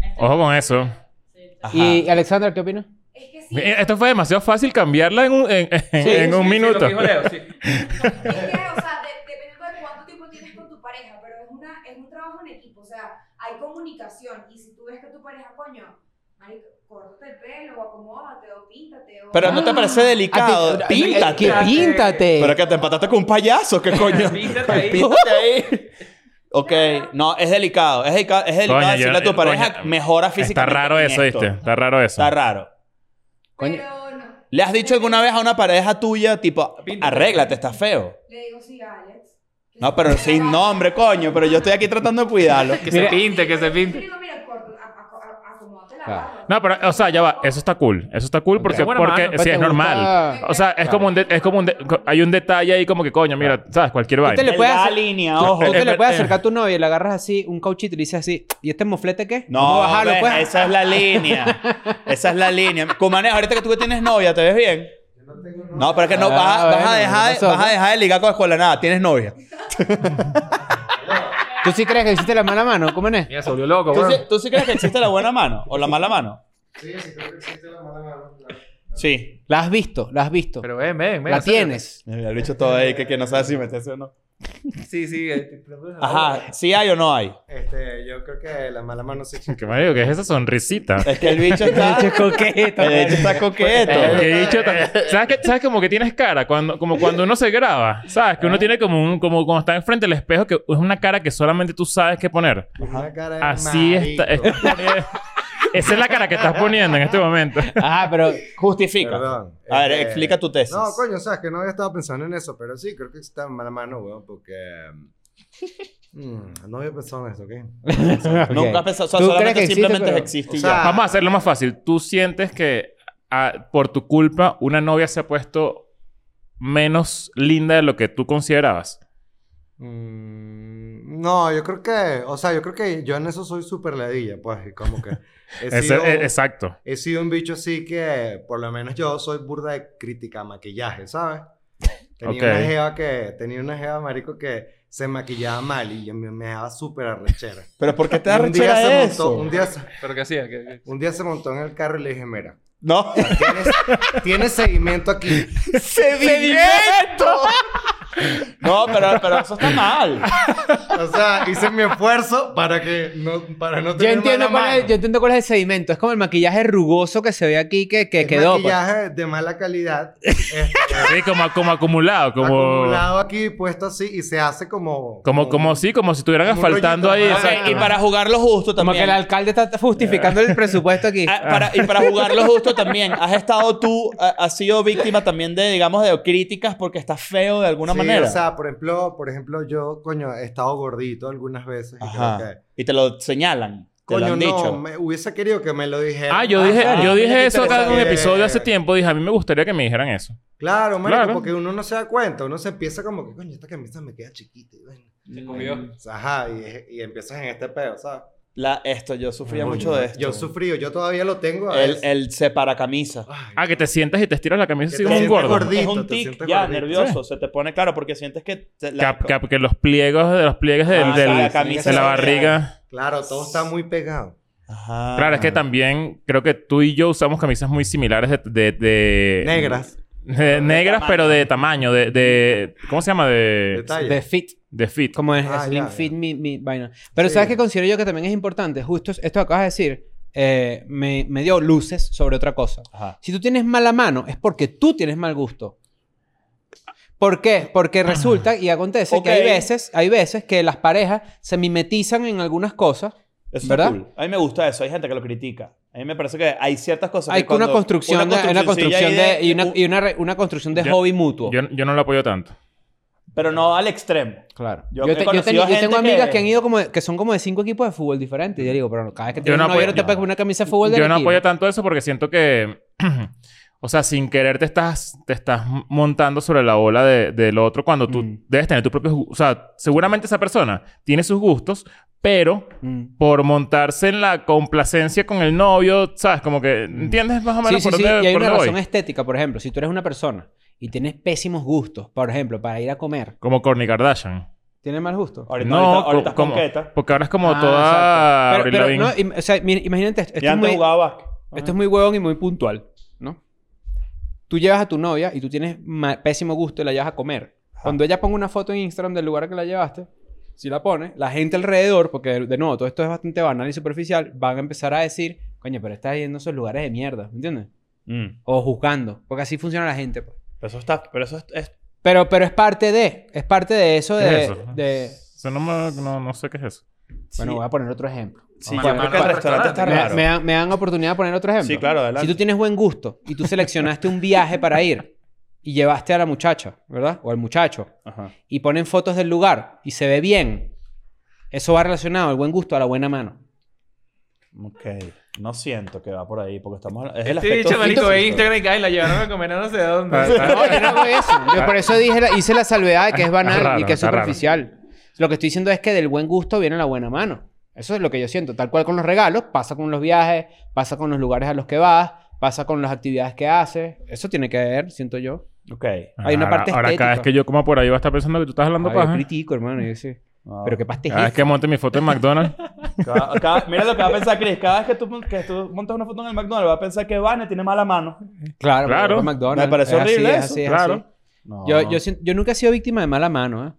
Speaker 6: Está-
Speaker 5: Ojo con eso.
Speaker 6: Sí, está-
Speaker 3: Ajá.
Speaker 4: ¿Y Alexandra, qué opinas?
Speaker 6: Es que sí.
Speaker 5: Eh, Esto fue demasiado fácil cambiarla en un, en- en- en un
Speaker 2: Sí,
Speaker 5: minuto.
Speaker 2: lo dijo Leo, sí.
Speaker 7: Es que, o sea, de- dependiendo de cuánto tiempo tienes con tu pareja, pero es, una, es un trabajo en equipo, o sea, hay comunicación y si tú ves que tu pareja, coño, marico, córtate el pelo, o acomódate, o píntate, o... Ah,
Speaker 3: Pero no te parece delicado.
Speaker 4: Ah, A ti- eh,
Speaker 3: Píntate.
Speaker 4: Que píntate.
Speaker 3: Pero que te empataste con un payaso, ¿qué coño?
Speaker 2: Píntate ahí.
Speaker 3: Píntate ahí. Ok, no, es delicado. Es delicado, es delicado
Speaker 5: Coño, yo-
Speaker 3: decirle a tu
Speaker 5: eh,
Speaker 3: pareja,
Speaker 5: coño,
Speaker 3: mejora
Speaker 5: Está
Speaker 3: físicamente.
Speaker 5: raro
Speaker 3: en
Speaker 5: eso,
Speaker 3: esto".
Speaker 5: ¿viste? Está raro eso.
Speaker 3: Está raro.
Speaker 4: Coño.
Speaker 7: Pero no,
Speaker 3: ¿Le has dicho alguna vez a una pareja tuya, tipo,
Speaker 2: Píntate.
Speaker 3: arréglate, estás feo?
Speaker 7: le digo sí a Alex.
Speaker 3: No, pero sin nombre, coño, pero yo estoy aquí tratando de cuidarlo.
Speaker 2: Que se pinte, que se
Speaker 7: Yo
Speaker 2: pinte.
Speaker 7: digo, mira, corta, a- a- a- acomódate la
Speaker 4: Claro.
Speaker 7: barba.
Speaker 5: No, pero, o sea, ya va. Eso está cool. Eso está pues cool porque,
Speaker 2: Es buena
Speaker 5: porque
Speaker 2: mano,
Speaker 5: sí,
Speaker 4: te
Speaker 5: es
Speaker 4: gusta-
Speaker 5: normal. O sea, es
Speaker 4: Claro.
Speaker 5: como un... de- es como un de- hay un detalle ahí como que, coño, mira, ¿sabes? Cualquier
Speaker 4: te
Speaker 5: vaina.
Speaker 4: le puedes
Speaker 3: da
Speaker 4: hacer-
Speaker 3: línea,
Speaker 4: Tú,
Speaker 3: ojo.
Speaker 4: tú te
Speaker 5: Eh,
Speaker 4: le
Speaker 5: eh,
Speaker 4: puedes
Speaker 5: eh.
Speaker 4: acercar a tu novia, le agarras así un cauchito y le dices así, ¿y este moflete qué?
Speaker 3: <laughs> No,
Speaker 4: Vamos a bajarlo,
Speaker 3: ves,
Speaker 4: pues.
Speaker 3: esa es
Speaker 4: <laughs>
Speaker 3: la línea. Esa es la línea. Cumane, ahorita que tú que tienes novia, ¿te ves bien? No, pero es que no,
Speaker 4: Ah,
Speaker 3: vas, a- vas
Speaker 4: bueno,
Speaker 3: a dejar, de-
Speaker 4: ¿qué pasó,
Speaker 3: vas a
Speaker 4: no?
Speaker 3: dejar de ligar con escuela nada, tienes novia.
Speaker 4: ¿Tú sí crees que hiciste la mala mano? ¿Cómo es?
Speaker 2: Mira, se volvió loco,
Speaker 3: ¿Tú,
Speaker 2: weón.
Speaker 3: sí, tú sí crees que existe la buena mano o la mala mano? Sí,
Speaker 4: La has visto, la has visto.
Speaker 2: Pero ven, ven, ven.
Speaker 4: la
Speaker 2: acércate.
Speaker 4: tienes.
Speaker 3: sí creo que existe la mala mano. Sí. Mira, el bicho todo ahí que, que no sabe si meterse o no.
Speaker 8: Sí, sí. eh,
Speaker 3: Ajá, ¿sí hay o no hay?
Speaker 8: Este, yo creo que la mala mano sí existe.
Speaker 5: ¿Qué marido? ¿Qué es esa sonrisita?
Speaker 3: Es que el bicho está...
Speaker 4: Qué
Speaker 3: <laughs>
Speaker 4: coqueto,
Speaker 3: el bicho está coqueto.
Speaker 5: Eh,
Speaker 3: <laughs>
Speaker 5: que he dicho también- ¿Sabes, que, ¿Sabes como que tienes cara? Cuando, como cuando uno se graba. ¿Sabes? Que uno tiene como un... Como cuando está enfrente del espejo que es una cara que solamente tú sabes qué poner.
Speaker 8: Una cara de
Speaker 5: Así
Speaker 8: marico.
Speaker 5: está... <laughs> estás poniendo- Esa es la cara que estás poniendo en este momento.
Speaker 4: Ajá, pero
Speaker 3: Justifica.
Speaker 8: Perdón.
Speaker 3: A ver,
Speaker 8: Este,
Speaker 3: explica tu tesis.
Speaker 8: No, coño, sabes que no había estado pensando en eso, pero sí, creo que está en mala mano, weón, porque. um,
Speaker 1: Mm, no había pensado en eso, ¿ok?
Speaker 3: Nunca has pensado, o sea,
Speaker 4: ¿Tú
Speaker 3: solamente
Speaker 4: crees que existe,
Speaker 3: simplemente
Speaker 4: pero-
Speaker 3: existe y
Speaker 1: o sea,
Speaker 3: ya.
Speaker 5: Vamos a hacerlo más fácil. ¿Tú sientes que ah, por tu culpa una novia se ha puesto menos linda de lo que tú considerabas?
Speaker 1: Mm, no, yo creo que, o sea, yo creo que yo en eso soy súper ladilla, pues, y como que
Speaker 4: <laughs>
Speaker 1: he
Speaker 5: Ese-
Speaker 1: sido,
Speaker 4: eh,
Speaker 5: e- exacto.
Speaker 1: he sido un bicho así que, por lo menos yo soy burda de crítica a maquillaje, ¿sabes? Tenía
Speaker 5: Ok.
Speaker 1: una jeva que, tenía una jeva, marico, que se maquillaba mal y yo me, me daba súper
Speaker 4: <laughs>
Speaker 1: arrechera.
Speaker 3: Pero ¿por qué te
Speaker 1: Y
Speaker 3: da
Speaker 1: un día se
Speaker 3: rechera
Speaker 1: montó-
Speaker 3: eso?
Speaker 1: un día se-
Speaker 2: Pero que hacía, que- que-
Speaker 1: un día se montó en el carro y le dije, mira, <laughs>
Speaker 3: No.
Speaker 1: Tienes, tienes seguimiento aquí.
Speaker 3: <laughs> ¡Sedimento! no, pero, pero eso está mal.
Speaker 1: O sea, hice mi esfuerzo para que no, para no
Speaker 4: Yo
Speaker 1: tener
Speaker 4: entiendo,
Speaker 1: mala
Speaker 4: cuál es,
Speaker 1: mano.
Speaker 4: yo entiendo cuál es el sedimento. Es como el maquillaje rugoso que se ve aquí que, que
Speaker 1: Es
Speaker 4: quedó. pues.
Speaker 1: maquillaje de mala
Speaker 3: <laughs>
Speaker 1: calidad. este,
Speaker 5: Sí, como, como acumulado, como...
Speaker 1: Acumulado aquí, puesto así, y se hace como...
Speaker 5: Como, como sí, como si estuvieran
Speaker 1: Como un
Speaker 5: asfaltando ahí.
Speaker 1: rollito,
Speaker 5: o
Speaker 1: ajá.
Speaker 5: sea,
Speaker 3: Ok, y para jugarlo justo
Speaker 4: Como que
Speaker 3: también.
Speaker 4: el alcalde está justificando el presupuesto aquí.
Speaker 3: Ah, para- y para jugarlo justo también, has estado tú, ah, has sido víctima también de, digamos, de críticas porque estás feo de alguna
Speaker 1: Sí,
Speaker 3: manera.
Speaker 1: O sea, por ejemplo, por ejemplo, yo, coño, he estado gordito algunas veces. y
Speaker 3: Ajá.
Speaker 1: creo que-
Speaker 3: Y te lo señalan. Te lo
Speaker 1: Coño,
Speaker 3: han
Speaker 1: no,
Speaker 3: dicho.
Speaker 1: me hubiese querido que me lo dijeran.
Speaker 5: Ah, yo
Speaker 3: Ah,
Speaker 5: dije,
Speaker 3: claro.
Speaker 5: yo
Speaker 3: Mira
Speaker 5: dije
Speaker 3: qué
Speaker 5: eso acá en un
Speaker 1: interesante.
Speaker 5: episodio
Speaker 1: Eh,
Speaker 5: hace tiempo. Dije, a mí me gustaría que me dijeran eso.
Speaker 1: Claro, marico,
Speaker 5: Claro.
Speaker 1: porque uno no se da cuenta. Uno se empieza como que, coño, esta camisa me queda chiquita. Y bueno.
Speaker 2: se comió.
Speaker 1: O sea, Ajá, y, y empiezas en este pedo, ¿sabes?
Speaker 3: La, esto, yo sufría
Speaker 1: Coño,
Speaker 3: mucho de esto.
Speaker 1: Yo sufrí, yo todavía lo tengo. a
Speaker 3: El,
Speaker 1: veces.
Speaker 3: el separacamisa.
Speaker 1: Ay,
Speaker 5: Ah, que te sientas y te estiras la camisa
Speaker 1: Que
Speaker 5: así
Speaker 1: te
Speaker 5: como un
Speaker 1: sientas
Speaker 5: gordo.
Speaker 1: gordito,
Speaker 3: es un
Speaker 1: te
Speaker 3: tic
Speaker 1: sientes
Speaker 3: ya,
Speaker 1: gordito.
Speaker 3: nervioso. Se te pone claro porque sientes que... te- la-
Speaker 5: Cap- cap- que los pliegos de los pliegues del-
Speaker 3: Ah,
Speaker 5: del-
Speaker 3: la camisa
Speaker 5: de la
Speaker 3: se-
Speaker 5: barriga.
Speaker 1: Claro, todo está muy pegado.
Speaker 3: Ajá.
Speaker 5: Claro, es que también creo que tú y yo usamos camisas muy similares de... de-
Speaker 3: Eh,
Speaker 5: de-
Speaker 1: Negras.
Speaker 5: de- negras,
Speaker 3: tamaño.
Speaker 5: pero de tamaño. De, de- ¿Cómo se llama? De,
Speaker 1: Detalle.
Speaker 4: De fit.
Speaker 5: de fit.
Speaker 4: Como es
Speaker 1: Ah,
Speaker 4: Slim
Speaker 1: ya,
Speaker 4: Fit
Speaker 1: ya.
Speaker 4: Mi, mi vaina. Pero
Speaker 1: Sí.
Speaker 4: ¿sabes qué considero yo que también es importante? Justo es- esto que acabas de decir eh, me, me dio luces sobre otra cosa.
Speaker 3: Ajá.
Speaker 4: Si tú tienes mala mano es porque tú tienes mal gusto. ¿Por qué?
Speaker 5: Ah.
Speaker 4: Porque resulta y acontece
Speaker 3: Ok.
Speaker 4: que hay veces, hay veces que las parejas se mimetizan en algunas cosas.
Speaker 3: Eso
Speaker 4: ¿Verdad?
Speaker 3: ¿Verdad? A mí me gusta eso. Hay gente que lo critica. A mí me parece que hay ciertas cosas
Speaker 4: Hay
Speaker 3: que
Speaker 4: una
Speaker 3: cuando-
Speaker 4: construcción, de- hay una
Speaker 3: construccioncilla
Speaker 4: construcción
Speaker 3: ahí
Speaker 4: de, y una,
Speaker 3: un-
Speaker 4: y una re- una construcción de
Speaker 5: Yo-
Speaker 4: hobby mutuo.
Speaker 5: Yo, yo no lo apoyo tanto.
Speaker 3: Pero no al extremo.
Speaker 4: Claro.
Speaker 3: Yo
Speaker 4: Yo,
Speaker 3: he
Speaker 4: te- yo
Speaker 3: conocido
Speaker 4: tenía- yo
Speaker 3: gente
Speaker 4: tengo amigas
Speaker 3: que-
Speaker 4: que, han ido como de- que son como de cinco equipos de fútbol diferentes. Y yo digo, pero cada vez que
Speaker 5: Yo
Speaker 4: tienes
Speaker 5: no
Speaker 4: un novio
Speaker 5: apoyo-
Speaker 4: no te
Speaker 5: no.
Speaker 4: pegas una camisa de fútbol de
Speaker 5: Yo no apoyo tanto eso porque siento que... <clears throat> o sea, sin querer te estás, te estás montando sobre la ola de- del otro cuando tú
Speaker 4: Mm.
Speaker 5: debes tener tu propio... gu- O sea, seguramente esa persona tiene sus gustos, pero
Speaker 4: Mm.
Speaker 5: por montarse en la complacencia con el novio, ¿sabes? Como que... ¿Entiendes más o
Speaker 4: Mm. Sí,
Speaker 5: menos
Speaker 4: sí,
Speaker 5: por
Speaker 4: sí.
Speaker 5: dónde,
Speaker 4: y hay
Speaker 5: por
Speaker 4: una
Speaker 5: dónde voy?
Speaker 4: razón estética, por ejemplo. Si tú eres una persona y tienes pésimos gustos, por ejemplo, para ir a comer,
Speaker 5: Como Kourtney Kardashian.
Speaker 4: ¿tienes mal gusto?
Speaker 3: Ahorita,
Speaker 5: no,
Speaker 3: ahorita, ahorita
Speaker 5: co- como-
Speaker 3: conqueta.
Speaker 5: porque ahora es como
Speaker 4: Ah,
Speaker 5: toda
Speaker 4: exacto.
Speaker 5: Avril
Speaker 4: Pero, pero,
Speaker 5: Lavigne.
Speaker 4: no, im- o sea, mi- imagínate esto. Esto
Speaker 3: Y
Speaker 4: es,
Speaker 3: antes
Speaker 4: muy,
Speaker 3: jugaba básquet.
Speaker 4: esto es muy huevón y muy puntual, ¿no? Tú llevas a tu novia y tú tienes ma- pésimo gusto y la llevas a comer. Cuando ella ponga una foto en Instagram del lugar a que la llevaste, si la pone, la gente alrededor, porque de, de nuevo todo esto es bastante banal y superficial, van a empezar a decir, coño, pero estás yendo a esos lugares de mierda, ¿me entiendes?
Speaker 3: Mm.
Speaker 4: O juzgando, porque así funciona la gente, pues.
Speaker 3: Eso está... Pero eso es... es-
Speaker 4: Pero, pero es parte de, es parte de eso
Speaker 5: ¿Qué
Speaker 4: de,
Speaker 5: es eso?
Speaker 4: de-
Speaker 5: Eso no, me- no, no sé qué es
Speaker 4: <laughs>
Speaker 5: eso.
Speaker 4: Bueno, voy a poner otro ejemplo.
Speaker 3: Sí,
Speaker 2: Mamá,
Speaker 3: yo creo que el
Speaker 2: mamá,
Speaker 3: restaurante está
Speaker 4: Me,
Speaker 3: raro.
Speaker 4: me dan, me dan oportunidad de poner otro ejemplo.
Speaker 3: Sí, claro, adelante.
Speaker 4: Si tú tienes buen gusto y tú seleccionaste un viaje para ir y llevaste a la muchacha, ¿verdad? O al muchacho,
Speaker 3: Ajá.
Speaker 4: y ponen fotos del lugar y se ve bien, eso va relacionado al buen gusto a la buena mano.
Speaker 3: Ok. No siento que va por ahí porque estamos... Es el
Speaker 2: Este
Speaker 3: aspecto
Speaker 2: bicho marico
Speaker 3: físico.
Speaker 2: ve Instagram y cae y la llevaron a comer a no sé dónde.
Speaker 4: No, yo no hago eso. Yo por eso dije la- hice la salvedad de que es banal
Speaker 5: Está raro,
Speaker 4: y que es
Speaker 5: está raro.
Speaker 4: superficial. Lo que estoy diciendo es que del buen gusto viene la buena mano. Eso es lo que yo siento. Tal cual con los regalos, pasa con los viajes, pasa con los lugares a los que vas, pasa con las actividades que haces. Eso tiene que ver, siento yo.
Speaker 3: Ok.
Speaker 4: Hay una
Speaker 5: ahora,
Speaker 4: parte
Speaker 5: Ahora cada
Speaker 4: estética.
Speaker 5: vez que yo como por ahí va a estar pensando que tú estás hablando
Speaker 4: Ay, Ah, yo
Speaker 5: paja.
Speaker 4: critico, hermano. Yo sí.
Speaker 3: No.
Speaker 4: Pero qué pastejizo.
Speaker 5: Cada vez Ah, que monte mi foto en
Speaker 4: <laughs>
Speaker 5: McDonald's.
Speaker 3: Cada- cada- mira lo que va a pensar Chris. Cada vez que tú, mon- que tú montas una foto en el McDonald's, va a pensar que Vane tiene mala mano.
Speaker 5: Claro.
Speaker 4: Claro, claro. McDonald's.
Speaker 3: Me parece
Speaker 4: Es así,
Speaker 3: horrible
Speaker 4: es
Speaker 3: eso,
Speaker 4: así, es
Speaker 5: claro.
Speaker 4: así.
Speaker 3: No.
Speaker 4: Yo, yo, siento- yo nunca he sido víctima de mala mano, ¿eh?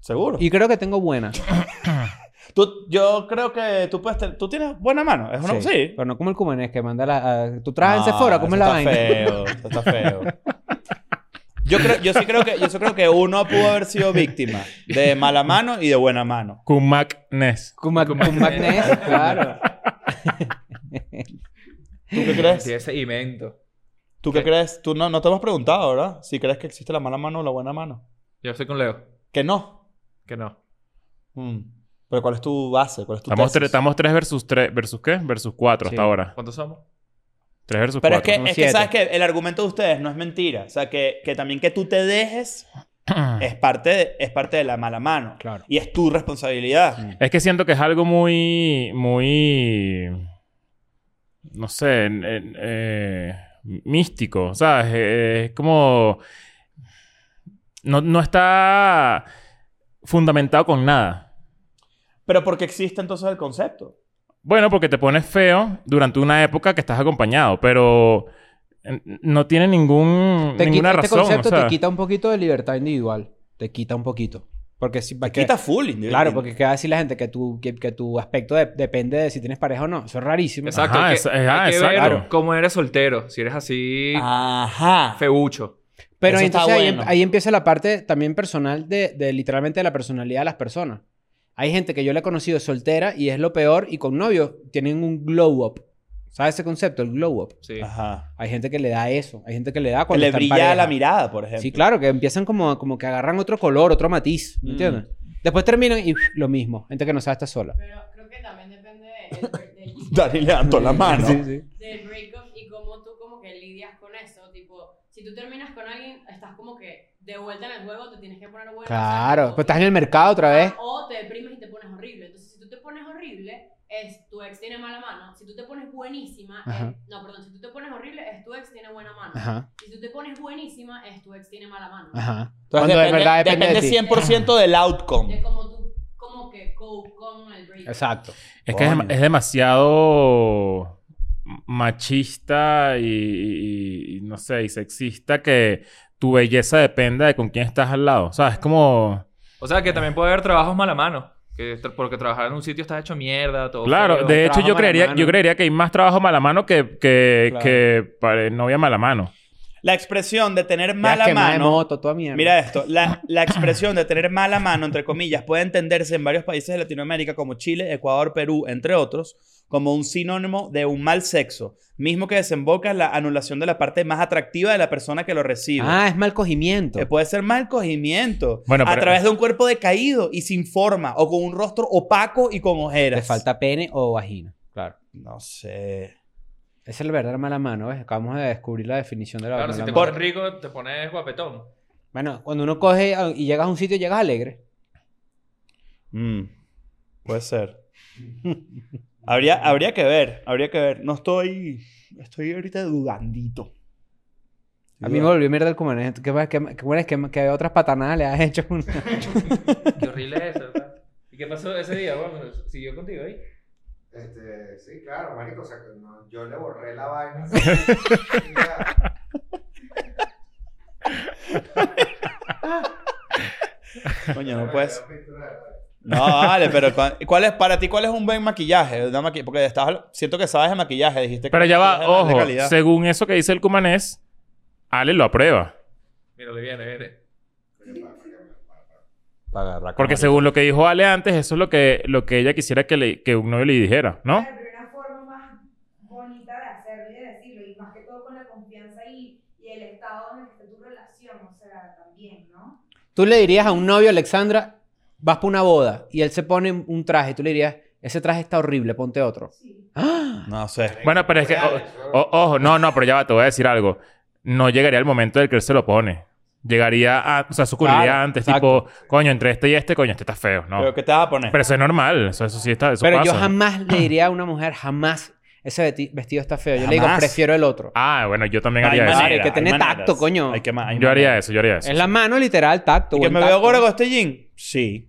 Speaker 3: Seguro.
Speaker 4: Y creo que tengo buena.
Speaker 3: Tú- yo creo que tú puedes tener... Tú tienes buena mano. Es una... Sí.
Speaker 4: Pero no como el cumanés que manda la... a- tú traes en
Speaker 3: No,
Speaker 4: Sephora, ¿cómo
Speaker 3: Ah, eso
Speaker 4: es la
Speaker 3: está
Speaker 4: vaina?
Speaker 3: Feo, eso está feo. Yo, creo, yo, sí creo que, yo sí creo que uno pudo haber sido víctima de mala mano y de buena mano.
Speaker 5: Con Mac Ness.
Speaker 4: <laughs> Con, ma-
Speaker 2: Con
Speaker 4: con
Speaker 2: magnesio.
Speaker 3: <laughs>
Speaker 4: magnesio, claro.
Speaker 3: ¿Tú qué
Speaker 2: <laughs>
Speaker 3: crees?
Speaker 2: Ah, Sí, ese invento.
Speaker 3: ¿Tú qué crees? Tú no, no te hemos preguntado, ¿verdad? Si crees que existe la mala mano o la buena mano.
Speaker 2: Yo estoy con Leo.
Speaker 3: Que no.
Speaker 2: Que no.
Speaker 3: Mm. Pero ¿cuál es tu base? ¿Cuál es tu
Speaker 5: Estamos,
Speaker 3: tesis?
Speaker 5: tre- estamos 3 versus 3. ¿Versus qué? Versus 4
Speaker 4: Sí.
Speaker 5: hasta ahora.
Speaker 2: ¿Cuántos somos?
Speaker 5: 3 versus
Speaker 3: Pero
Speaker 5: 4.
Speaker 3: es que,
Speaker 4: Somos
Speaker 3: es que
Speaker 4: siete.
Speaker 3: sabes que el argumento de ustedes no es mentira. O sea, que, que también que tú te dejes es parte, de- es parte de la mala mano.
Speaker 4: Ah. Claro.
Speaker 3: Y es tu responsabilidad.
Speaker 5: <clears throat> Es que siento que es algo muy. muy. no sé. en- en- eh, místico, ¿sabes? Eh, Es como. No, no está fundamentado con nada.
Speaker 3: Pero porque existe entonces el concepto.
Speaker 5: Bueno, porque te pones feo durante una época que estás acompañado, pero eh, no tiene ningún,
Speaker 4: Te
Speaker 5: ninguna
Speaker 4: quita, este
Speaker 5: razón.
Speaker 4: concepto
Speaker 5: o sea.
Speaker 4: te quita un poquito de libertad individual. Te quita un poquito. Porque si...
Speaker 3: Te quita full. individual.
Speaker 4: Claro, porque queda así la gente que tu, que, que tu aspecto de- depende de si tienes pareja o no. Eso es rarísimo.
Speaker 2: ah, Exacto.
Speaker 5: Ajá,
Speaker 2: hay que,
Speaker 5: es- ajá,
Speaker 2: hay que ver
Speaker 5: exacto.
Speaker 2: cómo eres soltero. Si eres así
Speaker 3: Ajá.
Speaker 2: feucho.
Speaker 4: Pero
Speaker 3: Eso está
Speaker 4: entonces ahí,
Speaker 3: bueno.
Speaker 4: em- ahí empieza la parte también personal de, de literalmente de la personalidad de las personas. Hay gente que yo la he conocido soltera y es lo peor y con novio tienen un glow up. ¿Sabes ese concepto? El glow up.
Speaker 2: Sí.
Speaker 3: Ajá.
Speaker 4: Hay gente que le da eso. Hay gente que le da
Speaker 3: Que
Speaker 4: cuando
Speaker 3: le
Speaker 4: está en
Speaker 3: brilla
Speaker 4: pareja.
Speaker 3: la mirada, por ejemplo.
Speaker 4: Sí, claro, que empiezan como, como que agarran otro color, otro matiz. ¿Me
Speaker 3: Mm.
Speaker 4: entiendes? Después terminan y lo mismo. Gente que no sabe estar sola.
Speaker 6: Pero creo que también depende del, del-
Speaker 3: <laughs> Dani levantó la mano.
Speaker 4: Sí, sí.
Speaker 6: del breakup y cómo tú como que lidias con eso. Tipo, si tú terminas con alguien, estás como que de vuelta en el juego, te tienes que poner bueno. o sea,
Speaker 4: Claro.
Speaker 6: tipo,
Speaker 4: Pues estás en el mercado otra vez.
Speaker 6: O te deprimes y te pones horrible. Entonces, si tú te pones horrible, es tu ex tiene mala mano. Si tú te pones buenísima, es-
Speaker 4: Ajá.
Speaker 6: no, perdón, si tú te pones horrible, es tu ex tiene buena mano.
Speaker 4: Ajá.
Speaker 6: Si tú te pones buenísima, es tu ex tiene mala mano.
Speaker 4: Ajá.
Speaker 3: Entonces,
Speaker 4: Cuando de
Speaker 3: depende,
Speaker 4: verdad depende, de ti.
Speaker 3: depende 100% del
Speaker 6: De
Speaker 3: outcome.
Speaker 6: cómo tú, como que go con el breakup.
Speaker 4: Exacto.
Speaker 5: Es que es,
Speaker 3: Coño.
Speaker 5: dem- es demasiado machista y, y- y no sé, y sexista que tu belleza dependa de con quién estás al lado. O sea, es como...
Speaker 2: O sea que también puede haber trabajos mala mano. Que tra- porque trabajar en un sitio estás hecho mierda, todo.
Speaker 5: Claro,
Speaker 2: feo.
Speaker 5: de hecho
Speaker 4: trabajo
Speaker 5: yo
Speaker 4: mala
Speaker 5: creería,
Speaker 4: mano.
Speaker 5: yo creería que hay más trabajo mala mano que, que,
Speaker 3: Claro.
Speaker 5: que para novia mala mano.
Speaker 3: La expresión de tener
Speaker 4: Ya
Speaker 3: mala
Speaker 4: quemada de
Speaker 3: mano.
Speaker 4: moto, toda mierda.
Speaker 3: Mira esto, la, la expresión de tener mala mano, entre comillas, puede entenderse en varios países de Latinoamérica como Chile, Ecuador, Perú, entre otros, como un sinónimo de un mal sexo, mismo que desemboca en la anulación de la parte más atractiva de la persona que lo recibe.
Speaker 4: Ah, es mal cogimiento.
Speaker 3: Eh, puede ser mal cogimiento
Speaker 5: Bueno,
Speaker 3: a
Speaker 5: pero-
Speaker 3: través de un cuerpo decaído y sin forma o con un rostro opaco y con ojeras.
Speaker 4: Te falta pene o vagina. Claro.
Speaker 3: No sé.
Speaker 4: Esa es la verdadera mala mano, ¿ves? Acabamos de descubrir la definición de la
Speaker 2: Claro,
Speaker 4: mala
Speaker 2: si te
Speaker 4: mano.
Speaker 2: pones rico, te pones guapetón. <laughs>
Speaker 4: Bueno, cuando uno coge a- y llegas a un sitio, llegas alegre.
Speaker 3: Mm, puede ser. habría, habría que ver, habría que ver. No estoy. Estoy ahorita dudandito.
Speaker 4: A mí me volvió mierda el cumanés. ¿Qué más? ¿Qué, más- qué, bueno es que, que otras patanadas le has hecho? <laughs>
Speaker 2: Qué horrible eso. ¿verdad? ¿Y qué pasó ese día? Bueno, siguió contigo ahí.
Speaker 1: Este, sí, claro, marico. O sea, que no- yo le borré la vaina.
Speaker 3: Coño, no puedes. No, vale, pero cua- ¿cuál es, para ti, ¿cuál es un buen maquillaje? Una maqui- Porque estás, habla- siento que sabes de maquillaje, dijiste que
Speaker 5: Pero ya va,
Speaker 3: maquillaje de
Speaker 5: ojo,
Speaker 3: calidad.
Speaker 5: según eso que dice el cumanés, Ale lo aprueba.
Speaker 2: Mira, le viene, viene.
Speaker 5: Porque
Speaker 3: Ah,
Speaker 5: según lo que dijo Ale antes, eso es lo que, lo que ella quisiera que, le- que un novio le dijera, ¿no?
Speaker 7: Claro, Pero una forma más bonita de hacerlo y de decirlo, y más que todo con la confianza y, y el estado en el que está tu relación, o sea, también, ¿no?
Speaker 4: Tú le dirías a un novio, Alexandra, vas para una boda y él se pone un traje. Tú le dirías, ese traje está horrible, ponte otro. <gasps>
Speaker 7: Sí.
Speaker 3: No sé.
Speaker 5: Bueno, pero es que, o- o- ojo, no, no, pero ya va, te voy a decir algo. No llegaría el momento del que él se lo pone. Llegaría a, o sea, eso ocurriría
Speaker 3: Claro,
Speaker 5: antes,
Speaker 3: exacto.
Speaker 5: tipo, coño, entre este y este, coño, este está feo, ¿no?
Speaker 3: ¿Pero
Speaker 5: Pero,
Speaker 3: qué te vas a poner?
Speaker 5: eso es normal, eso, eso sí está, eso
Speaker 4: Pero
Speaker 5: pasa.
Speaker 4: yo jamás
Speaker 3: <clears throat>
Speaker 4: le diría a una mujer, jamás, ese veti- vestido está feo. Yo le digo,
Speaker 3: Jamás.
Speaker 4: prefiero el otro.
Speaker 5: Ah, bueno, yo también
Speaker 3: Hay
Speaker 5: haría eso.
Speaker 3: manera,
Speaker 4: Hay que tener
Speaker 3: maneras.
Speaker 4: tacto, coño.
Speaker 3: Hay que ma- hay
Speaker 5: Yo haría
Speaker 3: maneras.
Speaker 5: eso, yo haría eso.
Speaker 4: es la mano literal, tacto.
Speaker 3: ¿Y que
Speaker 4: buen
Speaker 3: me veo
Speaker 4: tacto.
Speaker 3: gordo con este jean? Sí.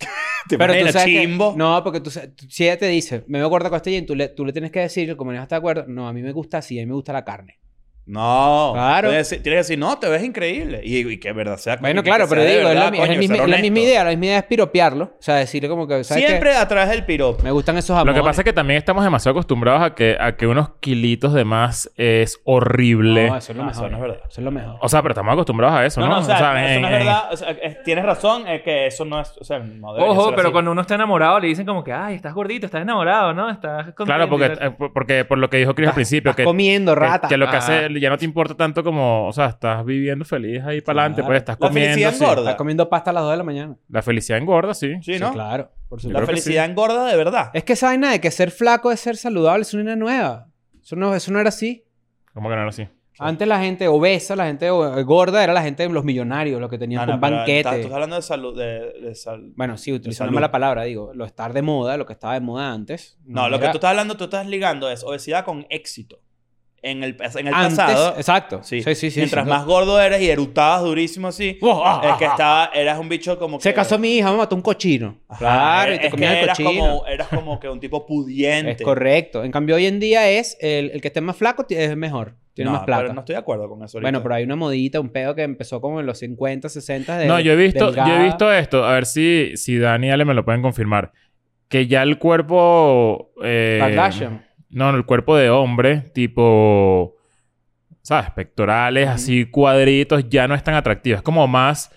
Speaker 3: <laughs> ¿Te
Speaker 4: Pero tú
Speaker 3: imaginas,
Speaker 4: sabes que-
Speaker 3: chimbo?
Speaker 4: no, porque tú, sa- tú- si ella te dice, me veo gorda con este jean, tú le, tú le tienes que decir, como no está de acuerdo, no, a mí me gusta así, a mí me gusta la carne.
Speaker 3: No.
Speaker 4: Claro.
Speaker 3: Tienes, que decir- tienes que decir, no, te ves increíble. Y, y que verdad sea.
Speaker 4: Bueno,
Speaker 3: y que
Speaker 4: claro,
Speaker 3: sea
Speaker 4: pero
Speaker 3: de
Speaker 4: digo, es, la,
Speaker 3: verdad,
Speaker 4: mi- es
Speaker 3: coño,
Speaker 4: el mismo-
Speaker 3: ser
Speaker 4: es la
Speaker 3: honesto.
Speaker 4: misma idea, la misma idea es piropearlo. O sea, decirle como que, ¿sabes
Speaker 3: Siempre a través del piropo.
Speaker 4: qué? Me gustan esos
Speaker 5: Lo
Speaker 4: amores.
Speaker 5: que pasa es que también estamos demasiado acostumbrados a que, a que unos kilitos de más es horrible.
Speaker 4: No, eso es lo
Speaker 3: No,
Speaker 4: mejor.
Speaker 3: eso no es verdad.
Speaker 4: Eso es lo mejor.
Speaker 5: o sea, pero estamos acostumbrados a eso,
Speaker 3: No,
Speaker 5: ¿no?
Speaker 3: no, o sea, eso
Speaker 5: en-
Speaker 3: no es
Speaker 5: en-
Speaker 3: verdad. O sea, es- tienes razón, es que eso no es. O sea, no debería
Speaker 2: Ojo,
Speaker 3: ser
Speaker 2: pero
Speaker 3: así.
Speaker 2: cuando uno está enamorado le dicen como que, ay, estás gordito, estás enamorado, ¿no? Estás contento".
Speaker 5: Claro, porque, eh, por- porque por lo que dijo Chris al
Speaker 4: Estás-
Speaker 5: principio,
Speaker 4: estás
Speaker 5: que,
Speaker 4: comiendo
Speaker 5: que-
Speaker 4: rata.
Speaker 5: que lo que hace,
Speaker 2: Ah.
Speaker 5: ya no te importa tanto como, o sea, estás viviendo feliz ahí para adelante,
Speaker 4: Claro.
Speaker 5: pues estás
Speaker 3: La
Speaker 5: comiendo.
Speaker 3: felicidad
Speaker 5: sí.
Speaker 3: engorda.
Speaker 4: Está comiendo pasta a las 2 de la mañana.
Speaker 5: La felicidad engorda, sí.
Speaker 3: Sí, ¿no?
Speaker 4: claro. Por
Speaker 5: Yo
Speaker 3: La
Speaker 5: creo que
Speaker 4: supuesto.
Speaker 3: felicidad engorda de verdad.
Speaker 4: Es que esa vaina de que ser flaco es ser saludable es una vaina nueva. Eso no, eso no era así.
Speaker 5: ¿Cómo que no era así?
Speaker 4: Antes la gente obesa, la gente o- eh, gorda, era la gente, los millonarios, los que tenían
Speaker 5: Ah,
Speaker 3: Ah, No,
Speaker 4: con
Speaker 3: no, pero
Speaker 4: banquete.
Speaker 3: estás- Tú estás hablando de salud. De, de sal-
Speaker 4: Bueno, sí, utilizo una
Speaker 3: salud.
Speaker 4: mala palabra, digo. Lo estar de moda, lo que estaba de moda antes.
Speaker 3: No, lo que
Speaker 4: era
Speaker 3: tú estás hablando, tú estás ligando es obesidad con éxito. En el, en el
Speaker 4: antes,
Speaker 3: pasado.
Speaker 4: Exacto. Sí,
Speaker 3: Sí.
Speaker 4: sí, sí. sí,
Speaker 3: mientras
Speaker 4: sí.
Speaker 3: más gordo eres y eructabas durísimo así,
Speaker 4: Oh, ah,
Speaker 3: es que
Speaker 4: ah, ah.
Speaker 3: estaba, eras un bicho como que...
Speaker 4: Se casó mi hija, me mató un cochino.
Speaker 3: Ajá,
Speaker 4: claro, y te
Speaker 3: es
Speaker 4: comías
Speaker 3: que
Speaker 4: el
Speaker 3: eras
Speaker 4: cochino.
Speaker 3: como, eras como que un tipo pudiente.
Speaker 4: Es correcto. En cambio, hoy en día es el, el que esté más flaco ti- es mejor. Tiene
Speaker 3: No,
Speaker 4: más plata.
Speaker 3: pero no estoy de acuerdo con eso ahorita.
Speaker 4: bueno, pero hay una modita, un pedo que empezó como en los 50, 60 de
Speaker 5: no, yo he visto, yo
Speaker 4: delgada.
Speaker 5: he visto esto. A ver si, si Dani y Ale me lo pueden confirmar. Que ya el cuerpo. eh,
Speaker 4: Kardashian.
Speaker 5: No, no, el cuerpo de hombre, tipo. ¿Sabes? Pectorales, así cuadritos, ya no es tan atractivo. Es como más.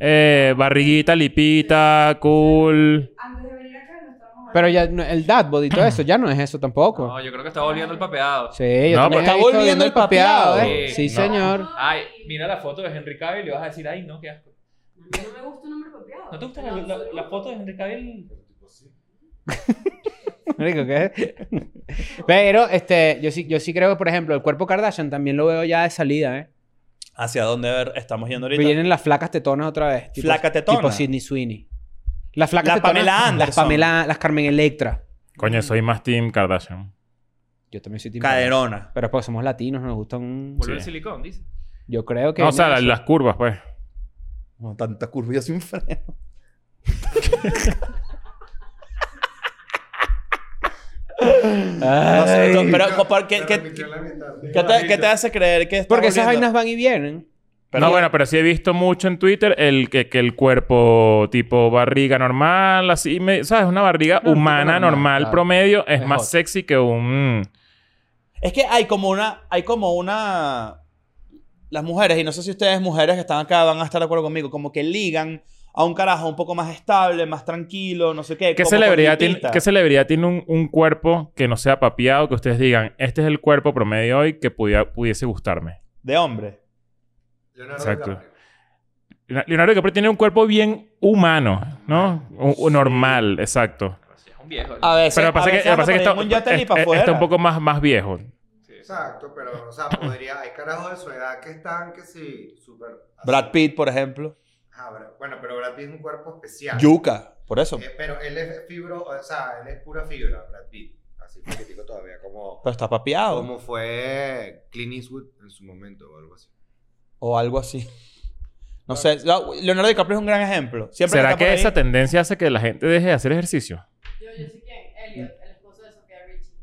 Speaker 5: eh, barriguita, lipita, cool.
Speaker 7: Antes de venir acá no estábamos
Speaker 4: Pero ya no- el dad body y todo eso ya no es eso tampoco.
Speaker 2: No, yo creo que está volviendo el papeado.
Speaker 4: Sí, yo
Speaker 5: No,
Speaker 4: también
Speaker 5: pero-
Speaker 4: he
Speaker 3: Está
Speaker 4: visto
Speaker 3: volviendo
Speaker 4: viendo
Speaker 3: el papeado.
Speaker 4: ¿eh? Sí,
Speaker 2: Sí,
Speaker 7: no.
Speaker 4: señor.
Speaker 2: Ay, mira la foto de Henry Cavill y vas a decir, ay, no, qué asco.
Speaker 6: A mí no me gusta un hombre papeado.
Speaker 2: ¿No te gusta la, la, la foto de Henry Cavill?
Speaker 4: Marico, ¿qué? Pero este, yo sí, yo sí creo que, por ejemplo, el cuerpo Kardashian también lo veo ya de salida, ¿eh?
Speaker 3: ¿Hacia dónde ver- estamos yendo ahorita?
Speaker 4: Vienen las flacas tetonas otra vez. Tipo,
Speaker 3: Flaca tetona.
Speaker 4: Tipo Sidney Sweeney. Las flacas
Speaker 3: La
Speaker 4: tetonas.
Speaker 3: Pamela
Speaker 4: Las
Speaker 3: Anderson.
Speaker 4: Pamela, las Carmen Electra.
Speaker 5: Coño, soy más Team Kardashian.
Speaker 4: Yo también soy tipo.
Speaker 3: Caderona.
Speaker 4: Pero pues somos latinos, nos gustan. un-
Speaker 2: Volver
Speaker 5: Sí.
Speaker 2: el silicón, dice.
Speaker 4: Yo creo que.
Speaker 5: No, o sea, la- las curvas, pues.
Speaker 3: No, tanta curva yo sin freno. No sé,
Speaker 4: Ay.
Speaker 3: no, pero ¿por qué, qué- qué te, qué te hace creer que está
Speaker 4: Porque esas
Speaker 3: volviendo?
Speaker 4: vainas van y vienen.
Speaker 5: no, bueno, pero sí he visto mucho en Twitter el que, que el cuerpo tipo barriga normal, así, me- ¿sabes? Una barriga
Speaker 4: No, un tipo
Speaker 5: humana,
Speaker 4: normal,
Speaker 5: normal,
Speaker 4: claro.
Speaker 5: promedio, es
Speaker 4: Mejor.
Speaker 5: más sexy que un...
Speaker 3: Es que hay como una, hay como una, las mujeres, y no sé si ustedes mujeres que están acá van a estar de acuerdo conmigo, como que ligan a un carajo un poco más estable, más tranquilo, no sé qué.
Speaker 5: ¿Qué
Speaker 3: como
Speaker 5: celebridad,
Speaker 3: con
Speaker 5: tiene,
Speaker 3: lipita.
Speaker 5: ¿Qué celebridad tiene un, un cuerpo que no sea papiado? Que ustedes digan, este es el cuerpo promedio hoy que pudiera- pudiese gustarme.
Speaker 3: De hombre.
Speaker 5: Exacto. Leonardo DiCaprio tiene un cuerpo bien humano, ¿no? U- u- normal, exacto.
Speaker 2: Es un viejo.
Speaker 4: Ah.
Speaker 3: A veces,
Speaker 5: Pero pasa
Speaker 3: a
Speaker 5: que,
Speaker 3: veces
Speaker 5: pasa que
Speaker 3: anda
Speaker 5: está,
Speaker 3: por ahí en un yate ni
Speaker 5: es-
Speaker 3: pa'
Speaker 5: es-
Speaker 3: afuera.
Speaker 5: está un poco más, más viejo.
Speaker 8: Exacto, pero, o sea, podría. Hay carajos de su edad que están, que sí, súper.
Speaker 3: Brad Pitt, por ejemplo.
Speaker 8: Ah, Brad- bueno, pero Brad Pitt es un cuerpo especial.
Speaker 3: Yuca, por eso.
Speaker 8: Eh, pero él es fibro, o sea, él es pura fibra, Brad Pitt. Así político todavía, como,
Speaker 3: Pero está papeado.
Speaker 8: como fue Clint Eastwood en su momento o algo así.
Speaker 3: O algo así. No sé. No, Leonardo DiCaprio es un gran ejemplo. Siempre
Speaker 5: ¿Será
Speaker 3: está
Speaker 5: que
Speaker 3: por ahí-
Speaker 5: esa tendencia hace que la gente deje de hacer ejercicio?
Speaker 6: Yo, yo sé quién. Elliot, el esposo de Sofía Richie.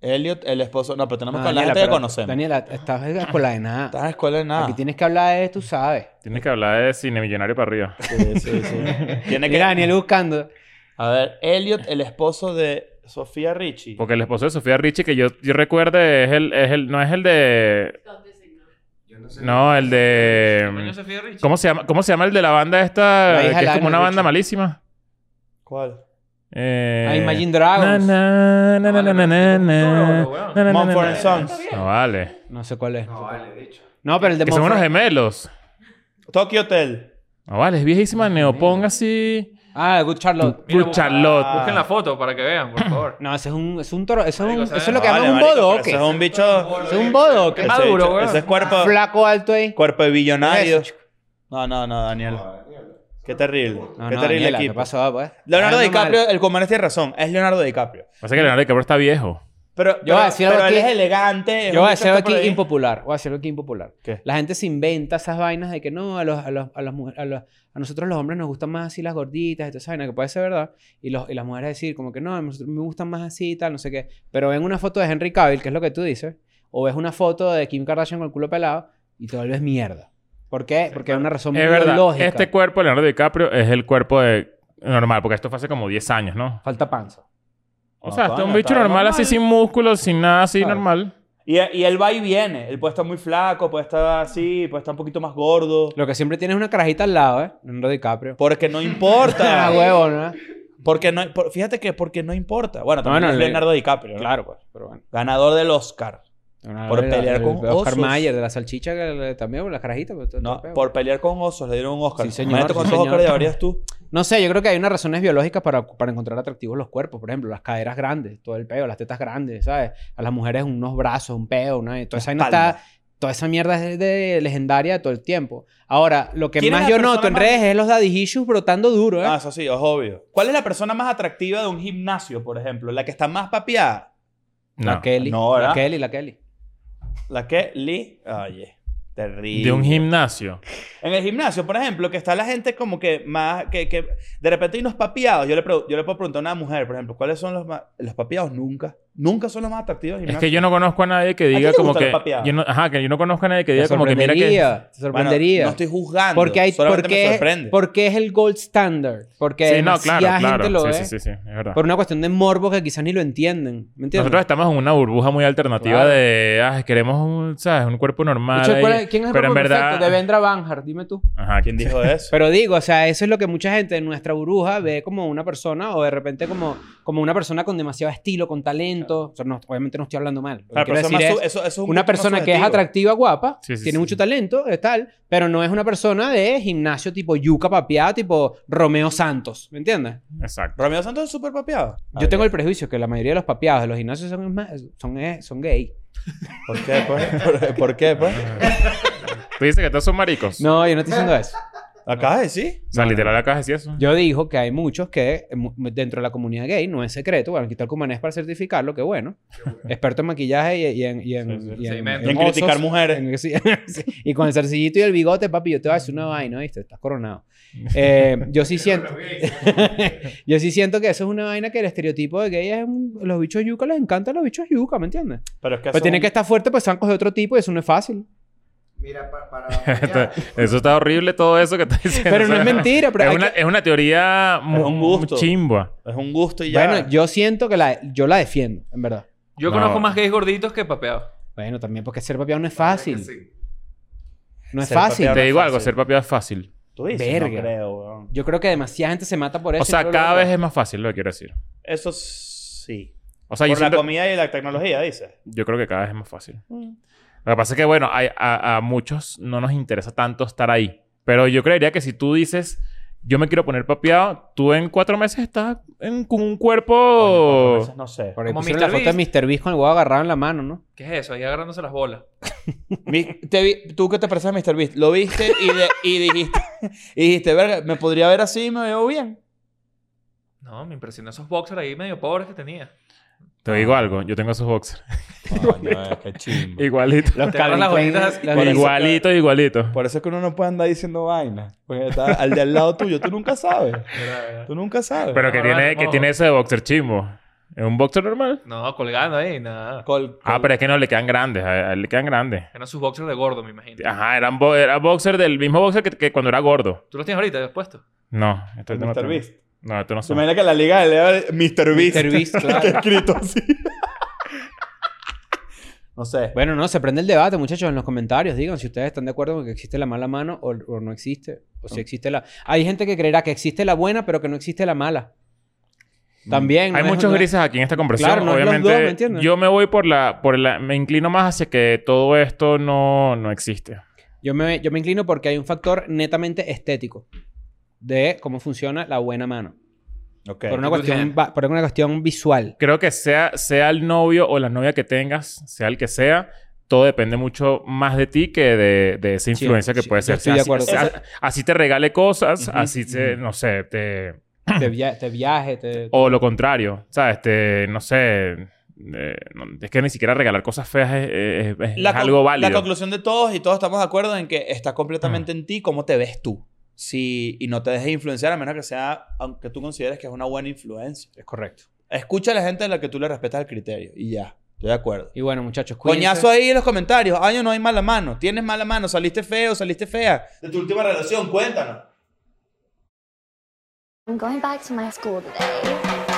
Speaker 3: Elliot, el esposo. No, pero tenemos
Speaker 4: No,
Speaker 3: que hablar de
Speaker 4: Daniela,
Speaker 3: gente que
Speaker 4: pero-
Speaker 3: conocemos.
Speaker 4: Daniela, estás en la escuela de
Speaker 3: Estás
Speaker 4: nada.
Speaker 3: en la escuela de nada.
Speaker 4: Aquí tienes que hablar de, tú sabes.
Speaker 5: Tienes que hablar de cine millonario para arriba.
Speaker 3: Sí, sí, sí. Tiene
Speaker 4: <laughs>
Speaker 3: que...
Speaker 4: Mira, Daniel buscando.
Speaker 3: A ver, Elliot, el esposo de Sofía Richie.
Speaker 5: Porque el esposo de Sofía Richie, que yo, yo recuerde, es el, es el, no es el de.
Speaker 6: Entonces, sí, no.
Speaker 8: Yo no sé.
Speaker 5: No, el
Speaker 2: Coño,
Speaker 5: de. mm,
Speaker 2: Sofía Richie.
Speaker 5: ¿Cómo se llama, cómo se llama el de la banda
Speaker 4: La
Speaker 5: esta?
Speaker 4: hija
Speaker 5: Que
Speaker 4: de
Speaker 5: es como
Speaker 4: Lionel
Speaker 5: una banda
Speaker 4: Richie.
Speaker 5: malísima.
Speaker 3: ¿Cuál?
Speaker 5: Eh...
Speaker 4: A Imagine Dragons.
Speaker 5: Na, na, na, na, na, na, na. Na, na, na,
Speaker 3: Mumford
Speaker 5: na,
Speaker 3: and
Speaker 5: na.
Speaker 3: Sons.
Speaker 5: No vale.
Speaker 4: No sé cuál es.
Speaker 8: No, vale, de hecho.
Speaker 4: No, pero el de
Speaker 5: Que son unos
Speaker 4: Monfort-
Speaker 5: gemelos.
Speaker 3: Tokyo Hotel.
Speaker 5: No vale, es viejísima. Neopong así.
Speaker 4: Ah, Good Charlotte.
Speaker 2: Mira,
Speaker 5: Good
Speaker 2: busca-
Speaker 5: Charlotte.
Speaker 2: Busquen la foto para que vean, por favor.
Speaker 4: No, ese es un, es un toro. Eso es, un-
Speaker 2: Marico,
Speaker 4: eso
Speaker 2: ¿sabes?
Speaker 4: es lo que
Speaker 2: No,
Speaker 4: llaman un
Speaker 3: Ah, marico, pero
Speaker 4: bodoque.
Speaker 3: Ese es un bicho...
Speaker 4: Ese <laughs> es un bodoque.
Speaker 2: Es maduro,
Speaker 3: bicho-
Speaker 2: weón.
Speaker 3: Ese es cuerpo,
Speaker 4: Flaco alto ahí.
Speaker 3: cuerpo de billonario.
Speaker 4: Ese, chico.
Speaker 3: No, no, no, Daniel. Qué terrible.
Speaker 4: No,
Speaker 3: qué
Speaker 4: no,
Speaker 3: terrible
Speaker 4: Daniela, ¿qué
Speaker 3: equipo.
Speaker 4: pasó, pues? Hablando
Speaker 3: Leonardo
Speaker 4: mal.
Speaker 3: DiCaprio, el comandante tiene razón. Es Leonardo DiCaprio.
Speaker 5: Pasa que Leonardo DiCaprio está viejo.
Speaker 3: Pero, pero-
Speaker 4: voy a decir algo
Speaker 3: pero él
Speaker 4: aquí.
Speaker 3: es elegante. es
Speaker 4: Yo
Speaker 3: un
Speaker 4: voy a
Speaker 3: bicho
Speaker 4: hacer algo
Speaker 3: que por
Speaker 4: aquí
Speaker 3: ahí-
Speaker 4: impopular. Voy a hacer algo aquí impopular.
Speaker 3: ¿Qué?
Speaker 4: La gente se inventa esas vainas de que no, a, los, a, los, a, las mu- a, los- a nosotros los hombres nos gustan más así las gorditas y toda esa vaina, que puede ser verdad. Y, los, y las mujeres decir como que no, a nosotros me gustan más así y tal, no sé qué. Pero ven una foto de Henry Cavill, que es lo que tú dices, o ves una foto de Kim Kardashian con el culo pelado y te vuelves mierda. ¿Por qué? Porque hay una razón
Speaker 5: Es verdad.
Speaker 4: biológica.
Speaker 5: Este cuerpo de Leonardo DiCaprio es el cuerpo de normal, porque esto fue hace como 10 años, ¿no?
Speaker 4: Falta panza.
Speaker 5: O
Speaker 3: No,
Speaker 5: sea,
Speaker 3: coño,
Speaker 5: está un bicho
Speaker 3: está
Speaker 5: normal, así
Speaker 3: normal.
Speaker 5: sin músculos, sin nada así
Speaker 4: Claro.
Speaker 5: normal.
Speaker 3: Y, y él va y viene. Él puede estar muy flaco, puede estar así, puede estar un poquito más gordo.
Speaker 4: Lo que siempre tienes es una carajita al lado, ¿eh? Leonardo DiCaprio.
Speaker 3: Porque no
Speaker 4: <laughs> Ah,
Speaker 3: importa.
Speaker 4: huevo, ¿no?
Speaker 3: porque no, por- fíjate que porque no importa. Bueno, también
Speaker 4: Bueno,
Speaker 3: es
Speaker 4: le-
Speaker 3: Leonardo DiCaprio. ¿no?
Speaker 4: Claro, pues, pero bueno.
Speaker 3: Ganador del Oscar.
Speaker 4: Una-
Speaker 3: Por
Speaker 4: la-
Speaker 3: pelear
Speaker 4: el-
Speaker 3: con
Speaker 4: Oscar
Speaker 3: osos.
Speaker 4: Mayer de la salchicha que le- también, la carajita. pero todo-
Speaker 3: No,
Speaker 4: todo el
Speaker 3: por pelear con osos le dieron un Oscar.
Speaker 4: Sí, señor,
Speaker 3: Imagínate
Speaker 4: sí,
Speaker 3: cuántos
Speaker 4: señor.
Speaker 3: Oscars
Speaker 4: <laughs>
Speaker 3: llevarías tú.
Speaker 4: peo. no sé, yo creo que hay unas razones biológicas para, para encontrar atractivos los cuerpos. Por ejemplo, las caderas grandes, todo el peo, las tetas grandes, ¿sabes? A las mujeres unos brazos, un peo, una, toda esa vaina
Speaker 3: Espalda.
Speaker 4: está- Toda esa mierda es de legendaria de todo el tiempo. Ahora, lo que
Speaker 3: ¿Quién es
Speaker 4: más
Speaker 3: la
Speaker 4: yo
Speaker 3: persona
Speaker 4: noto en
Speaker 3: más-
Speaker 4: redes es los daddy issues brotando duro, ¿eh?
Speaker 3: Ah, eso sí, es obvio. ¿Cuál es la persona más atractiva de un gimnasio, por ejemplo? ¿La que está más papiada?
Speaker 5: No.
Speaker 4: La Kelly.
Speaker 3: No, ¿verdad?
Speaker 4: la Kelly, la Kelly.
Speaker 3: ¿La que? Lee. Oye, terrible.
Speaker 5: De un gimnasio.
Speaker 3: En el gimnasio, por ejemplo, que está la gente como que más. que, que de repente hay unos papiados. Yo le, pregu- yo le puedo preguntar a una mujer, por ejemplo, ¿cuáles son los más. Los papiados nunca. Nunca son los más atractivos del
Speaker 5: Es
Speaker 3: gimnasio.
Speaker 5: que yo no conozco a nadie que
Speaker 3: ti
Speaker 5: diga
Speaker 3: te
Speaker 5: como
Speaker 3: gustan
Speaker 5: que.
Speaker 3: los papeados?
Speaker 5: Yo no, ajá, que yo no conozco a nadie que
Speaker 4: Te
Speaker 5: diga como que mira que.
Speaker 4: sorprendería, Te sorprendería.
Speaker 3: Bueno, no estoy juzgando.
Speaker 4: Porque hay
Speaker 3: solamente
Speaker 4: porque,
Speaker 3: me sorprende.
Speaker 4: porque es el gold standard. Porque
Speaker 5: Sí, no,
Speaker 4: demasiada
Speaker 5: claro,
Speaker 4: gente
Speaker 5: claro.
Speaker 4: lo
Speaker 5: sí,
Speaker 4: ve.
Speaker 5: sí, sí, sí, es verdad.
Speaker 4: Por una cuestión de morbo que quizás ni lo entienden. ¿Me entiendes?
Speaker 5: Nosotros estamos en una burbuja muy alternativa
Speaker 4: Claro.
Speaker 5: de, ah, queremos un, ¿sabes? un cuerpo normal.
Speaker 4: Escucha, ¿cuál
Speaker 5: ahí".
Speaker 4: es- ¿Quién es el
Speaker 5: pero en
Speaker 4: cuerpo
Speaker 5: verdad,
Speaker 4: perfecto? De Vendra Banhart, dime tú.
Speaker 5: Ajá,
Speaker 3: ¿Quién dijo eso?
Speaker 4: <laughs> Pero digo, o sea, eso es lo que mucha gente en nuestra burbuja ve como una persona o de repente como, como una persona con demasiado estilo, con talento. O sea, no- obviamente no estoy hablando mal. Lo que
Speaker 3: Claro,
Speaker 4: quiero
Speaker 3: pero eso es
Speaker 4: decir
Speaker 3: más
Speaker 4: es-
Speaker 3: su- eso- eso es un
Speaker 4: una
Speaker 3: gusto más
Speaker 4: persona que es
Speaker 3: subjetivo.
Speaker 4: atractiva, guapa,
Speaker 5: Sí, sí,
Speaker 4: tiene
Speaker 5: sí.
Speaker 4: mucho talento, es tal, pero no es una persona de gimnasio tipo yuca papiá, tipo Romeo Santos, ¿me entiendes?
Speaker 5: Exacto. <laughs>
Speaker 3: Romeo Santos es súper papiado.
Speaker 4: Yo tengo el prejuicio que la mayoría de los papiados de los gimnasios son, ma- son, eh, son gay.
Speaker 3: ¿Por qué, pues? <laughs> ¿Por, por qué, pues?
Speaker 5: Tú dices que todos son maricos.
Speaker 4: No, yo no estoy <laughs> diciendo eso.
Speaker 3: Acabas de decir.
Speaker 5: O sea, literal, acá decía eso.
Speaker 4: Yo digo que hay muchos que eh, mu- dentro de la comunidad gay, no es secreto, bueno, aquí está el Cumanés para certificarlo, que bueno, experto en maquillaje y, y en... Y en,
Speaker 3: Sí, sí.
Speaker 4: y en-
Speaker 2: Segmento.
Speaker 3: Y en
Speaker 4: osos,
Speaker 3: criticar mujeres.
Speaker 4: en- sí, <laughs> sí. y con el zarcillito y el bigote, papi, yo te voy a decir una vaina, ¿viste? Estás coronado. Eh, yo sí siento...
Speaker 3: <laughs>
Speaker 4: <laughs> Yo sí siento que eso es una vaina que el estereotipo de gay es un- los bichos yuca, les encantan los bichos yuca, ¿me entiendes?
Speaker 3: Pero es que
Speaker 4: Pero
Speaker 3: son-
Speaker 4: tiene que estar fuerte, pues zancos de otro tipo y eso no es fácil.
Speaker 8: Mira, pa- para.
Speaker 5: Está- eso está horrible, todo eso que estás diciendo.
Speaker 4: Pero
Speaker 5: o
Speaker 4: no
Speaker 5: sea,
Speaker 4: es mentira,
Speaker 5: <laughs>
Speaker 4: pero
Speaker 5: es,
Speaker 4: hay
Speaker 5: una,
Speaker 4: que-
Speaker 5: es una teoría muy,
Speaker 3: un gusto.
Speaker 5: chimba.
Speaker 3: Es un gusto y ya.
Speaker 4: Bueno, yo siento que la, yo la defiendo, en verdad.
Speaker 2: Yo
Speaker 5: No.
Speaker 2: conozco más gays gorditos que papeados.
Speaker 4: Bueno, también porque ser papiado no es fácil. No es
Speaker 3: Ser
Speaker 4: fácil.
Speaker 3: papiado-
Speaker 5: Te
Speaker 3: es
Speaker 5: digo algo,
Speaker 3: fácil.
Speaker 5: ser papiado es fácil.
Speaker 3: Tú dices,
Speaker 4: Verga.
Speaker 3: no creo, weón.
Speaker 4: Yo creo que demasiada gente se mata por eso.
Speaker 5: O sea,
Speaker 4: Yo creo
Speaker 5: cada
Speaker 4: que-
Speaker 5: vez es más fácil, lo que quiero decir.
Speaker 3: Eso sí.
Speaker 5: O sea, yo
Speaker 3: Por la
Speaker 5: siento-
Speaker 3: comida y la tecnología, dices.
Speaker 5: Yo creo que cada vez es más fácil. Lo que pasa es que, bueno, hay- a, a muchos no nos interesa tanto estar ahí. Pero yo creería que si tú dices, yo me quiero poner papeado, tú en cuatro meses estás en, con un
Speaker 3: Coño,
Speaker 5: cuerpo...
Speaker 3: entonces No sé.
Speaker 4: Por ahí
Speaker 2: Como
Speaker 4: pusieron
Speaker 2: Mr.
Speaker 4: la foto de Mr. Beast con el huevo agarrado en la mano, ¿no?
Speaker 2: ¿Qué es eso? Ahí agarrándose las bolas.
Speaker 3: Mi- te vi- ¿Tú qué te pareces a Mr. Beast? Lo viste y, de- y dijiste, y dijiste, verga, me podría ver así y me veo bien.
Speaker 2: No, me impresionó esos boxers ahí medio pobres que tenía.
Speaker 5: Te digo algo, yo tengo esos boxers.
Speaker 3: Coño, qué chimbo.
Speaker 5: Igualito.
Speaker 4: Los
Speaker 2: Te agarran las bolitas así.
Speaker 3: Por eso-
Speaker 5: Igualito, igualito.
Speaker 3: Por eso es que uno no puede andar diciendo vainas. Porque está al de al lado tuyo, tú nunca sabes. Tú nunca sabes.
Speaker 5: Pero que
Speaker 2: No,
Speaker 5: tiene,
Speaker 2: vale,
Speaker 5: que
Speaker 2: no.
Speaker 5: tiene eso de boxer chimbo. ¿Es un boxer normal?
Speaker 2: No, colgando ahí, nada.
Speaker 3: Col-
Speaker 5: Ah,
Speaker 3: col-
Speaker 5: pero es que no le quedan grandes. A a él le quedan grandes.
Speaker 2: Eran sus boxers de gordo, me imagino.
Speaker 5: Ajá, eran bo- era boxer del mismo boxer que, que cuando era gordo.
Speaker 2: ¿Tú los tienes ahorita puesto?
Speaker 5: No, esto no
Speaker 3: Mr.
Speaker 5: tengo.
Speaker 3: Beast.
Speaker 5: No, esto no
Speaker 3: Se
Speaker 5: son.
Speaker 3: imagina que la liga de Leo Mr. Beast.
Speaker 4: Mr.
Speaker 3: <laughs>
Speaker 4: Beast, claro.
Speaker 3: escrito así. no sé.
Speaker 4: Bueno, no, se prende el debate, muchachos, en los comentarios. Digan si ustedes están de acuerdo con que existe la mala mano o, o no existe. O
Speaker 5: Mm.
Speaker 4: si existe la... Hay gente que creerá que existe la buena, pero que no existe la mala. También.
Speaker 5: Hay
Speaker 4: no es-
Speaker 5: muchos
Speaker 4: no es-
Speaker 5: grises aquí en esta conversación.
Speaker 4: Claro, no es los
Speaker 5: Obviamente,
Speaker 4: dos, ¿me entiendes?
Speaker 5: yo me voy por la, por la... Me inclino más hacia que todo esto no, no existe.
Speaker 4: Yo me, yo me inclino porque hay un factor netamente estético de cómo funciona la buena mano.
Speaker 3: Ok. eh.
Speaker 4: Por una,
Speaker 2: Good
Speaker 4: cuestión,
Speaker 2: hand.
Speaker 4: va- por una cuestión visual.
Speaker 5: Creo que sea, sea el novio o la novia que tengas, sea el que sea, todo depende mucho más de ti que de, de esa
Speaker 4: Sí,
Speaker 5: influencia que
Speaker 4: sí,
Speaker 5: puede
Speaker 4: yo
Speaker 5: ser.
Speaker 4: estoy de
Speaker 5: así,
Speaker 4: acuerdo.
Speaker 5: así- así te regale cosas,
Speaker 4: Ujú,
Speaker 5: así te,
Speaker 4: ujú.
Speaker 5: no sé, te...
Speaker 4: Te, via- te viaje, te...
Speaker 5: O lo contrario, ¿sabes? Te, no sé. eh, no- es que ni siquiera regalar cosas feas es, es- es-
Speaker 3: La
Speaker 5: es
Speaker 3: con-
Speaker 5: algo válido. Mm.
Speaker 3: La conclusión de todos y todos estamos de acuerdo en que está completamente en ti cómo te ves tú. Si, y no te dejes influenciar a menos que sea, aunque tú consideres que es una buena influencia.
Speaker 4: Es correcto.
Speaker 3: Escucha a la gente a la que tú le respetas el criterio y ya. Estoy de acuerdo.
Speaker 4: Y bueno, muchachos, cuídense.
Speaker 3: Coñazo ahí en los comentarios. Año no hay mala mano. Tienes mala mano. Saliste feo, saliste fea. De tu última relación, cuéntanos.
Speaker 9: I'm going back to my school today.